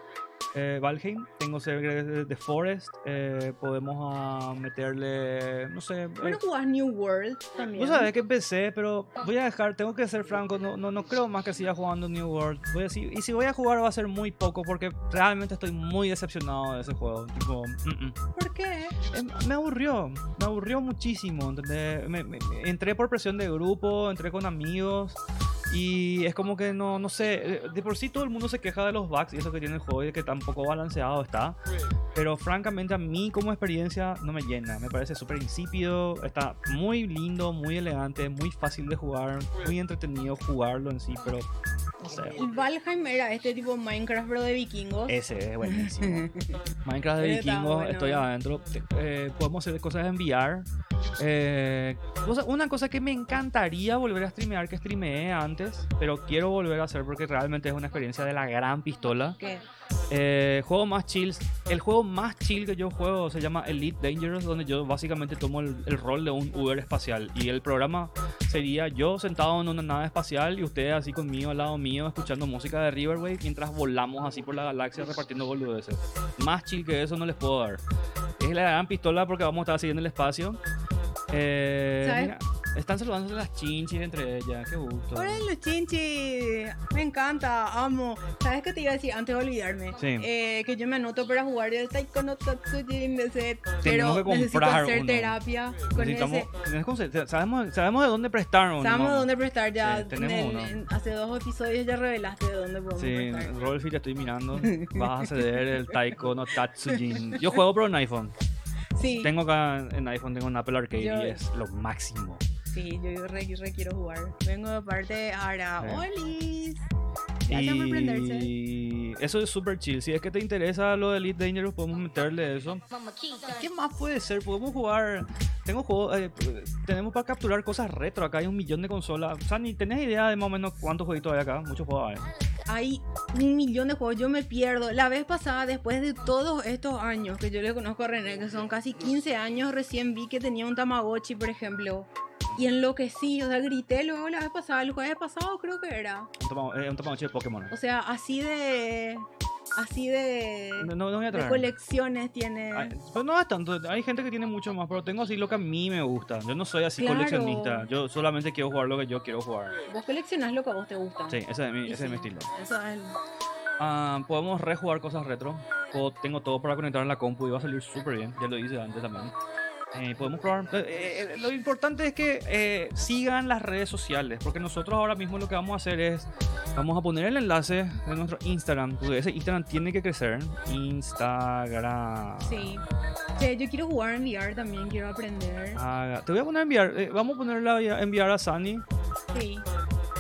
A: eh, Valheim, tengo servers de, de Forest, eh, podemos ah, meterle, no sé, eh,
B: Bueno, jugás New World también.
A: Vos sabés que empecé, pero voy a dejar, tengo que ser franco, no, no, no creo más que siga jugando New World. Voy a, si- y si voy a jugar va a ser muy poco porque realmente estoy muy decepcionado de ese juego. Tipo, mm, mm.
B: ¿Por qué?
A: Eh, Me aburrió, me aburrió muchísimo. ¿entendés? Me- me- me- entré por presión de grupo, entré con amigos. Y es como que no, no sé, eh, de por sí todo el mundo se queja de los bugs y eso que tiene el juego y que tampoco balanceado está. Pero francamente a mí como experiencia no me llena, me parece súper insípido, está muy lindo, muy elegante, muy fácil de jugar, muy entretenido jugarlo en sí, pero no sé.
B: El Valheim era este tipo Minecraft, pero de vikingos.
A: Ese es buenísimo. Minecraft de
B: Pero Eh, está
A: vikingos,
B: bueno.
A: estoy adentro. Eh, podemos hacer cosas en VR. Eh, cosa- una cosa que me encantaría volver a streamear, que streameé antes, pero quiero volver a hacer porque realmente es una experiencia de la gran pistola.
B: ¿Qué?
A: Eh, juego más chill. El juego más chill que yo juego se llama Elite Dangerous, donde yo básicamente tomo el, el rol de un Uber espacial. Y el programa sería yo sentado en una nave espacial y ustedes así conmigo al lado mío escuchando música de Riverway mientras volamos así por la galaxia repartiendo boludeces. Más chill que eso no les puedo dar. Es la gran pistola porque vamos a estar siguiendo el espacio. Eh,
B: ¿Sabes?
A: mira, están saludándose las chinchis entre ellas. Qué gusto.
B: Ahora los chinchis, me encanta, amo. ¿Sabes qué te iba a decir antes de olvidarme?
A: Sí.
B: Eh, que yo me anoto para jugar el Taekwondo Tatsujin de set,
A: Tenemos
B: pero
A: que
B: necesito
A: comprar
B: hacer
A: uno.
B: terapia con
A: Necesitamos-
B: ese.
A: necesitamos- sabemos, sabemos de dónde prestar uno.
B: Sabemos
A: mamá.
B: dónde prestar ya.
A: Sí, tenemos
B: en-
A: uno.
B: en- hace dos episodios ya revelaste de dónde podemos
A: Sí,
B: prestar.
A: Rolfi, te estoy mirando. Vas a ceder el Taiko no Tatsujin. Yo juego pero en iPhone.
B: Sí,
A: Tengo acá en iPhone, tengo un Apple Arcade
B: Yo-
A: y es lo máximo.
B: sí, yo re, re quiero jugar. Vengo de parte de Araolis. Gracias por prenderse.
A: Y eso es súper chill. Si es que te interesa lo de Elite Dangerous, podemos meterle eso. ¿Qué más puede ser? Podemos jugar. Tengo juego, eh, tenemos para capturar cosas retro. Acá hay un millón de consolas. O sea, ni tenés idea de más o menos cuántos jueguitos hay acá. Muchos juegos hay.
B: Hay un millón de juegos, yo me pierdo. La vez pasada, después de todos estos años que yo le conozco a René, que son casi 15 años, recién vi que tenía un Tamagotchi, por ejemplo. Y enloquecí, o sea, grité luego la vez pasada, el jueves pasado creo que era.
A: Un toma- eh, Un Tamagotchi de Pokémon.
B: O sea, así de... Así de...
A: No, no- no voy a
B: de
A: traer.
B: colecciones tiene.
A: Ay, Pues no es tanto, hay gente que tiene mucho más, pero tengo así lo que a mí me gusta. Yo no soy así
B: Claro.
A: coleccionista, yo solamente quiero jugar lo que yo quiero jugar.
B: Vos coleccionás lo que a vos te gusta.
A: Sí, ese es mi,
B: Y
A: ese es mi
B: sí,
A: estilo.
B: Eso es el-
A: Ah, podemos rejugar cosas retro. Puedo- tengo todo para conectar en la compu y va a salir súper bien, ya lo hice antes también. Eh, podemos probar. Eh, eh, lo importante es que eh, sigan las redes sociales, porque nosotros ahora mismo lo que vamos a hacer es, vamos a poner el enlace de nuestro Instagram, porque ese Instagram tiene que crecer. Instagram.
B: Sí. Che, yo quiero jugar en VR también, quiero aprender.
A: Ah, te voy a poner a enviar, eh, vamos a ponerla a enviar a Sunny.
B: Sí.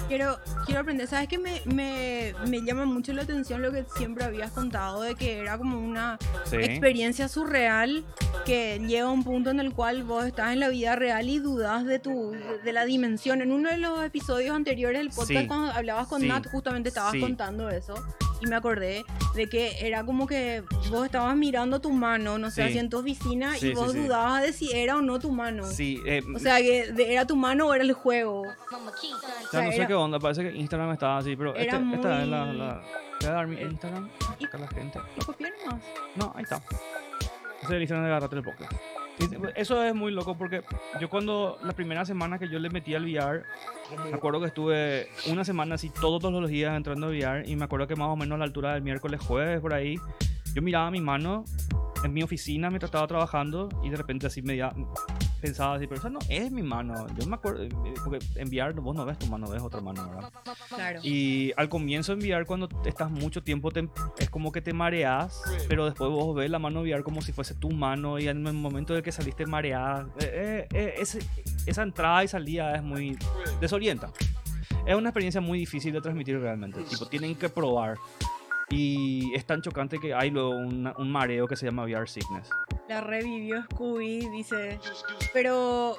B: Quiero, quiero aprender. ¿Sabes que me, me, me llama mucho la atención lo que siempre habías contado de que era como una
A: Sí.
B: experiencia surreal que llega a un punto en el cual vos estás en la vida real y dudas de tu de la dimensión. En uno de los episodios anteriores del podcast
A: Sí.
B: cuando hablabas con
A: Sí.
B: Nat justamente estabas
A: Sí.
B: contando eso y me acordé de que era como que vos estabas mirando tu mano, no sé,
A: Sí.
B: así en tu oficina
A: Sí,
B: y vos
A: sí, sí.
B: dudabas de si era o no tu mano.
A: Sí, eh,
B: O sea, que de- era tu mano o era el juego.
A: o sea, no sé
B: era-
A: qué onda, parece que Instagram está así, pero
B: era
A: este- esta es la,
B: muy-
A: la- Voy a dar mi Instagram
B: Y-
A: acá a la gente.
B: ¿Y copiaron más?
A: No, ahí está. Ese es el Instagram de Agarrate el Podcast. Y pues, Eso es muy loco porque yo cuando la primera semana que yo le metí al VR, me acuerdo que estuve una semana así todos los días entrando a VR y me acuerdo que más o menos a la altura del miércoles jueves por ahí, yo miraba mi mano en mi oficina mientras estaba trabajando y de repente así me ya- pensaba así, pero esa no es mi mano. Yo me acuerdo, eh, porque en VR vos no ves tu mano, ves otra mano, ¿verdad?
B: Claro.
A: Y al comienzo en VR, cuando te- estás mucho tiempo, te- es como que te mareas, pero después vos ves la mano VR como si fuese tu mano y en el momento de que saliste mareada, eh, eh, eh, ese- esa entrada y salida es muy desorienta. Es una experiencia muy difícil de transmitir realmente, tipo, tienen que probar. Y es tan chocante que hay luego una- un mareo que se llama VR sickness.
B: La revivió Scooby, dice. Pero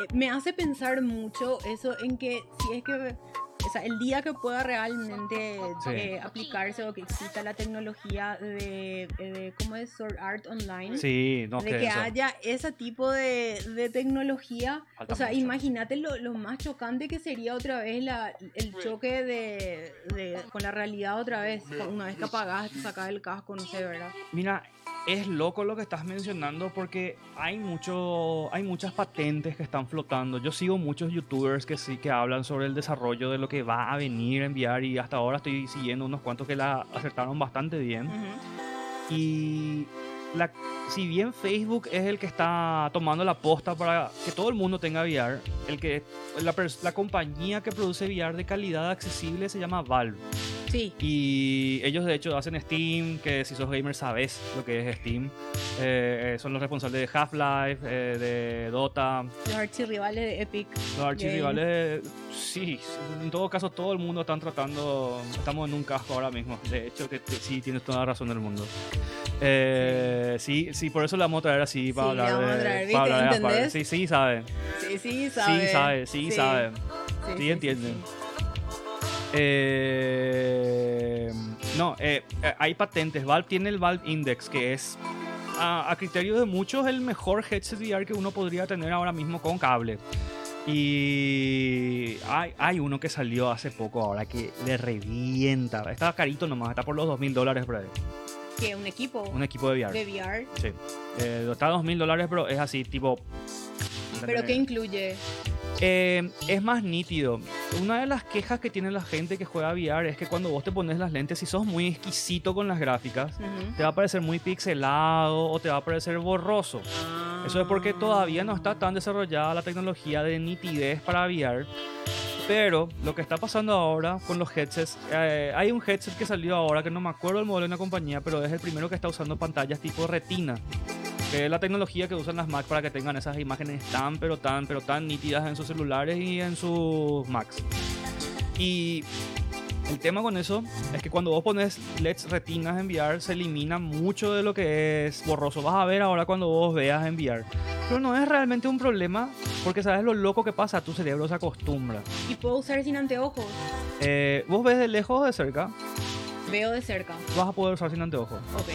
B: eh, me hace pensar mucho eso en que si es que sea, el día que pueda realmente
A: Sí.
B: eh, aplicarse o que exista la tecnología de, eh, de ¿cómo es? Sword Art Online.
A: Sí, no,
B: de
A: que
B: que ah,
A: eso.
B: haya ese tipo de, de tecnología.
A: Falta
B: o sea,
A: mucho.
B: imagínate lo, lo más chocante que sería otra vez la, el choque de, de- con la realidad otra vez. Una vez que apagás, te sacás el casco, no sé, ¿verdad?
A: Mira, es loco lo que estás mencionando porque hay mucho, hay muchas patentes que están flotando. Yo sigo muchos youtubers que sí que hablan sobre el desarrollo de lo que va a venir a enviar y hasta ahora estoy siguiendo unos cuantos que la acertaron bastante bien.
B: Ujú.
A: Y la, si bien Facebook es el que está tomando la posta para que todo el mundo tenga VR, el que, la, pers- la compañía que produce VR de calidad accesible se llama Valve.
B: Sí.
A: Y ellos de hecho hacen Steam, que si sos gamer sabes lo que es Steam. Eh, eh, son los responsables de Half-Life, eh, de Dota,
B: Los archirrivales de Epic.
A: los archirrivales. Sí, en todo caso todo el mundo están tratando, estamos en un casco ahora mismo. De hecho que te- sí, tienes toda la razón del mundo. Eh, sí. sí, por eso la vamos a traer así para
B: Sí, la
A: hablar
B: vamos a
A: de-
B: traer,
A: para
B: ¿viste?
A: hablar de Half-Life.
B: ¿Entendés?
A: Sí, sí sabe.
B: Sí, sí,
A: Sí sabe, sí, sabe. Sí, entienden. Eh, no, eh, eh, hay patentes. Valve tiene el Valve Index, que es, a, a criterio de muchos, el mejor headset VR que uno podría tener ahora mismo con cable. Y hay, hay uno que salió hace poco ahora que le revienta. Está carito nomás, está por los 2.000 dólares, bro.
B: Que un equipo
A: Un equipo de VR.
B: de VR.
A: Sí. Eh, está a 2.000 dólares, pero es así, tipo...
B: ¿Pero qué incluye?
A: Eh, es más nítido. Una de las quejas que tiene la gente que juega VR es que cuando vos te pones las lentes, si sos muy exquisito con las gráficas,
B: Ujú.
A: te va a parecer muy pixelado o te va a parecer borroso. Eso es porque todavía no está tan desarrollada la tecnología de nitidez para VR. Pero lo que está pasando ahora con los headsets, eh, hay un headset que salió ahora que no me acuerdo el modelo de una compañía, pero es el primero que está usando pantallas tipo retina. Que es la tecnología que usan las Mac para que tengan esas imágenes tan, pero tan, pero tan nítidas en sus celulares y en sus Macs. Y el tema con eso es que cuando vos pones LEDs retinas en VR, se elimina mucho de lo que es borroso. Vas a ver ahora cuando vos veas en VR. Pero no es realmente un problema porque sabes lo loco que pasa, tu cerebro se acostumbra.
B: Y puedo usar sin anteojos.
A: Eh, vos ves de lejos o de cerca,
B: Veo de cerca.
A: vas a poder usar sin anteojos.
B: Ok.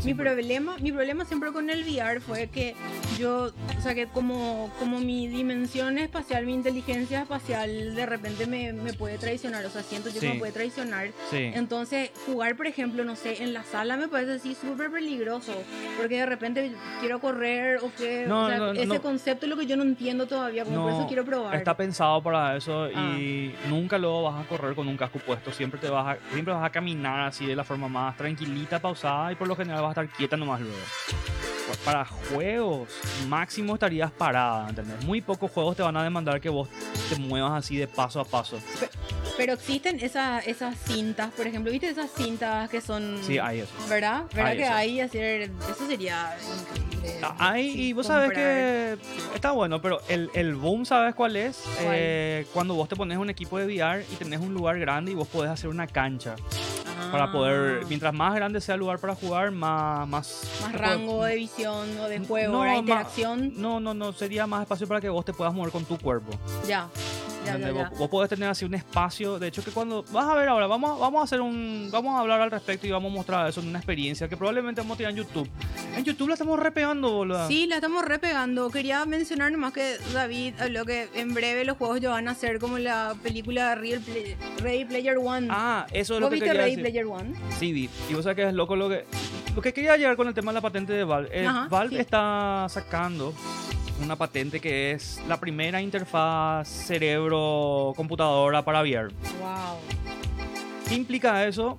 A: Sí,
B: Mi
A: pero-
B: problema, mi problema siempre con el VR fue que yo, o sea, que como, como mi dimensión espacial, mi inteligencia espacial, de repente me, me puede traicionar, o sea, siento yo
A: Sí.
B: que me puede traicionar.
A: Sí.
B: Entonces, jugar, por ejemplo, no sé, en la sala me parece así súper peligroso, porque de repente quiero correr o que,
A: No,
B: o sea,
A: no, no,
B: ese
A: no.
B: concepto es lo que yo no entiendo todavía, como por
A: No,
B: eso quiero probar.
A: Está pensado para eso y
B: Ah.
A: nunca lo vas a correr con un casco puesto. Siempre te vas a, siempre vas a caminar así de la forma más tranquilita, pausada y por lo general vas a estar quieta nomás luego. Pues Para juegos, máximo estarías parada, ¿entendés? Muy pocos juegos te van a demandar que vos te muevas así de paso a paso.
B: Pero existen esas, esas cintas, por ejemplo, ¿viste esas cintas que son...
A: Sí, hay eso.
B: ¿Verdad? ¿Verdad
A: Hay
B: que
A: eso.
B: ahí hacer eso sería increíble?
A: Hay,
B: Sí,
A: y Ah, vos
B: comprar.
A: sabes que está bueno, pero el, el boom, ¿sabes cuál es?
B: ¿Cuál?
A: Eh, cuando vos te pones un equipo de VR y tenés un lugar grande y vos podés hacer una cancha.
B: Ah,
A: para poder, mientras más grande sea el lugar para jugar, más... Más,
B: más
A: te
B: rango ¿eh?
A: puede-
B: de visión o de juego,
A: No,
B: ¿verdad?
A: ma-
B: interacción.
A: No, no, no, sería más espacio para que vos te puedas mover con tu cuerpo.
B: Ya. Ya, ya,
A: ¿entendés?
B: ya.
A: Vos, vos podés tener así un espacio, de hecho que cuando... Vas a ver ahora, vamos, vamos a hacer un... Vamos a hablar al respecto y vamos a mostrar eso en una experiencia que probablemente vamos a tirar en YouTube. En YouTube la estamos repeando, boludo.
B: Sí, la estamos repegando. Quería mencionar nomás que David habló que en breve los juegos ya van a ser como la película Real Play- Ready Player One.
A: Ah, eso es lo
B: ¿Vos
A: que
B: viste
A: quería
B: Ready
A: decir.
B: Player One?
A: Sí, vi. Y vos sabés que es loco lo que. Lo que quería llegar con el tema de la patente de Valve. Eh,
B: Ajá,
A: Valve
B: sí.
A: está sacando una patente que es la primera interfaz cerebro-computadora para VR.
B: Wow.
A: ¿Qué implica eso?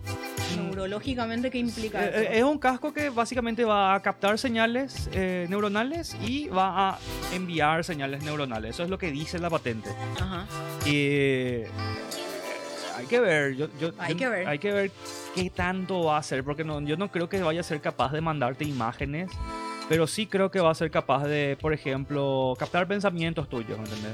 A: Mm,
B: Neurológicamente, ¿qué implica
A: eh, eh,
B: eso?
A: Es un casco que básicamente va a captar señales eh, neuronales y va a enviar señales neuronales. Eso es lo que dice la patente.
B: Ajá.
A: Y hay que ver, yo, yo-
B: Hay
A: yo-
B: que ver.
A: hay que ver qué tanto va a ser, porque no, yo no creo que vaya a ser capaz de mandarte imágenes, pero sí creo que va a ser capaz de, por ejemplo, captar pensamientos tuyos, ¿entendés?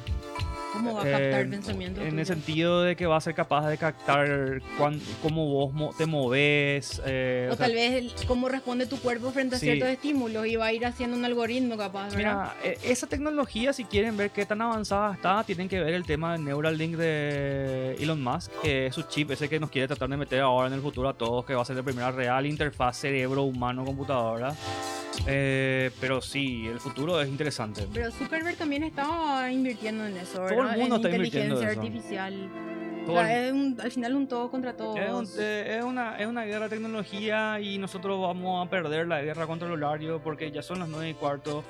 B: ¿Cómo va a captar
A: Eh,
B: el pensamiento?
A: En
B: tuyo?
A: el sentido de que va a ser capaz de captar cuán- cómo vos mo- te moves. eh,
B: o
A: o sea,
B: tal vez el- cómo responde tu cuerpo frente a
A: Sí.
B: ciertos estímulos y va a ir haciendo un algoritmo capaz, ¿verdad?
A: Mira, e- esa tecnología, si quieren ver qué tan avanzada está, tienen que ver el tema del Neuralink de Elon Musk, que es su chip, ese que nos quiere tratar de meter ahora en el futuro a todos, que va a ser la primera real interfaz cerebro-humano-computadora. Eh, pero sí, el futuro es interesante.
B: Pero Zuckerberg también estaba invirtiendo en eso, ¿verdad?
A: el mundo
B: en
A: está invirtiendo
B: inteligencia
A: en eso.
B: artificial.
A: Todo
B: O
A: el-
B: sea, es un- al final un todo contra todos.
A: Es, un- eh, es una, es una guerra de tecnología y nosotros vamos a perder la guerra contra el horario porque ya son las 9 y cuarto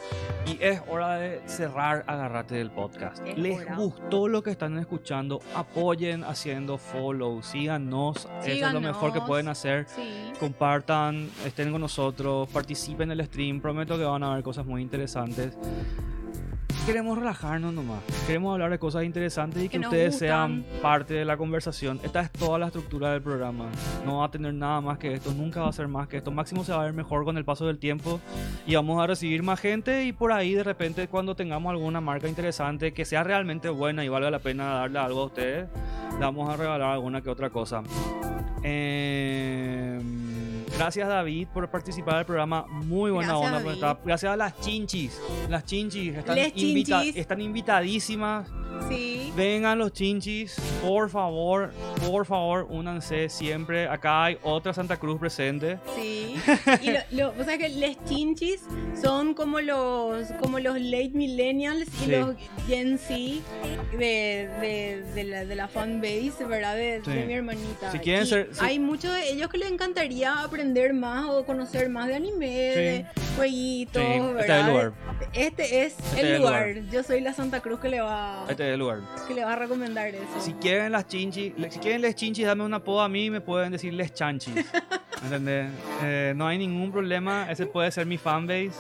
A: y es hora de cerrar Agarrate del podcast.
B: Es
A: ¿Les
B: hora.
A: gustó lo que están escuchando? Apoyen haciendo follow, síganos, eso es lo mejor que
B: Síganos.
A: pueden hacer.
B: Sí.
A: Compartan, estén con nosotros, participen en el stream, prometo que van a ver cosas muy interesantes. Queremos relajarnos nomás, queremos hablar de cosas interesantes y que,
B: Que nos
A: ustedes
B: gustan.
A: sean parte de la conversación. Esta es toda la estructura del programa, no va a tener nada más que esto, nunca va a ser más que esto, máximo se va a ver mejor con el paso del tiempo y vamos a recibir más gente y por ahí de repente cuando tengamos alguna marca interesante que sea realmente buena y valga la pena darle algo a ustedes, le vamos a regalar alguna que otra cosa. Eh, gracias David por participar del programa. Muy buena
B: Gracias,
A: onda. por
B: David.
A: estar- gracias a las chinchis. Las chinchis están,
B: Les
A: invita-
B: chinchis.
A: están invitadísimas.
B: Sí.
A: Vengan los chinchis. Por favor, por favor, únanse siempre. Acá hay otra Santa Cruz presente.
B: Sí. Y lo, lo- o sea que los chinchis son como los como los late millennials y
A: Sí.
B: los Gen Z de, de, de la, de la fan base, ¿verdad? De, de
A: Sí.
B: mi hermanita.
A: Si quieren
B: Y
A: ser- si-
B: Hay muchos de ellos que les encantaría aprender más o conocer más de anime, de
A: Sí,
B: jueguitos, ¿verdad?
A: este es el lugar.
B: Este es
A: Este
B: el
A: es el
B: lugar. Yo soy la Santa Cruz que le va,
A: Este es el lugar.
B: que le va a recomendar eso.
A: Si quieren las chinchis, le- si quieren les chinchis, dame una apodo a mí y me pueden decir les chanchis. ¿Entendés? Eh, no hay ningún problema, ese puede ser mi fanbase.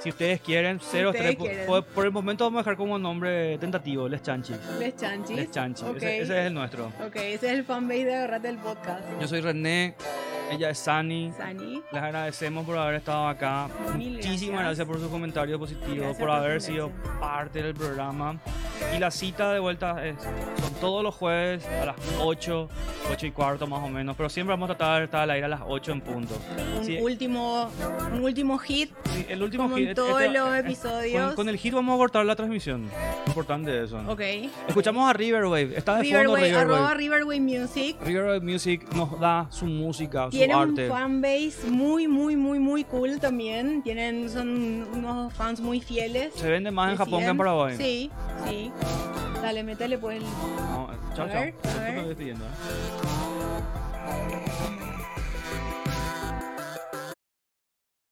A: Si ustedes quieren, cero
B: ustedes
A: tres, por-
B: quieren.
A: Por, por el momento vamos a dejar como nombre tentativo, les chanchis.
B: Les chanchis.
A: Les chanchis,
B: Ok.
A: ese, ese es el nuestro.
B: Ok, ese es el fanbase de Agarrate el Podcast.
A: Yo soy René, ella es Sani.
B: Sani.
A: Les agradecemos por haber estado acá.
B: Mil
A: Muchísimas
B: gracias.
A: gracias por su comentario positivo, por
B: Gracias por
A: haber
B: su
A: sido
B: presencia.
A: parte del programa. Y la cita de vuelta es son todos los jueves a las 8, 8 y cuarto más o menos. Pero siempre vamos a tratar de estar al aire a las 8 en punto.
B: un
A: Sí,
B: último un último hit
A: sí, el último
B: como
A: hit.
B: en
A: este-
B: todos
A: este-
B: los
A: eh,
B: episodios
A: Con, con el hit vamos a cortar la transmisión. Importante eso. ¿no?
B: ok
A: Escuchamos a Riverwave. Está de fondo
B: Riverway,
A: Riverwave.
B: arroba Riverway Music
A: Riverwave Music nos da su música, su
B: tiene un
A: arte.
B: fanbase muy muy muy muy cool también tienen son unos fans muy fieles
A: Se vende más en
B: que
A: Japón que
B: siguen.
A: en Paraguay.
B: sí sí dale métele pues el-
A: No, chao, chao.
B: A ver, a
A: Esto me
B: ver.
A: estoy despidiendo, ¿eh?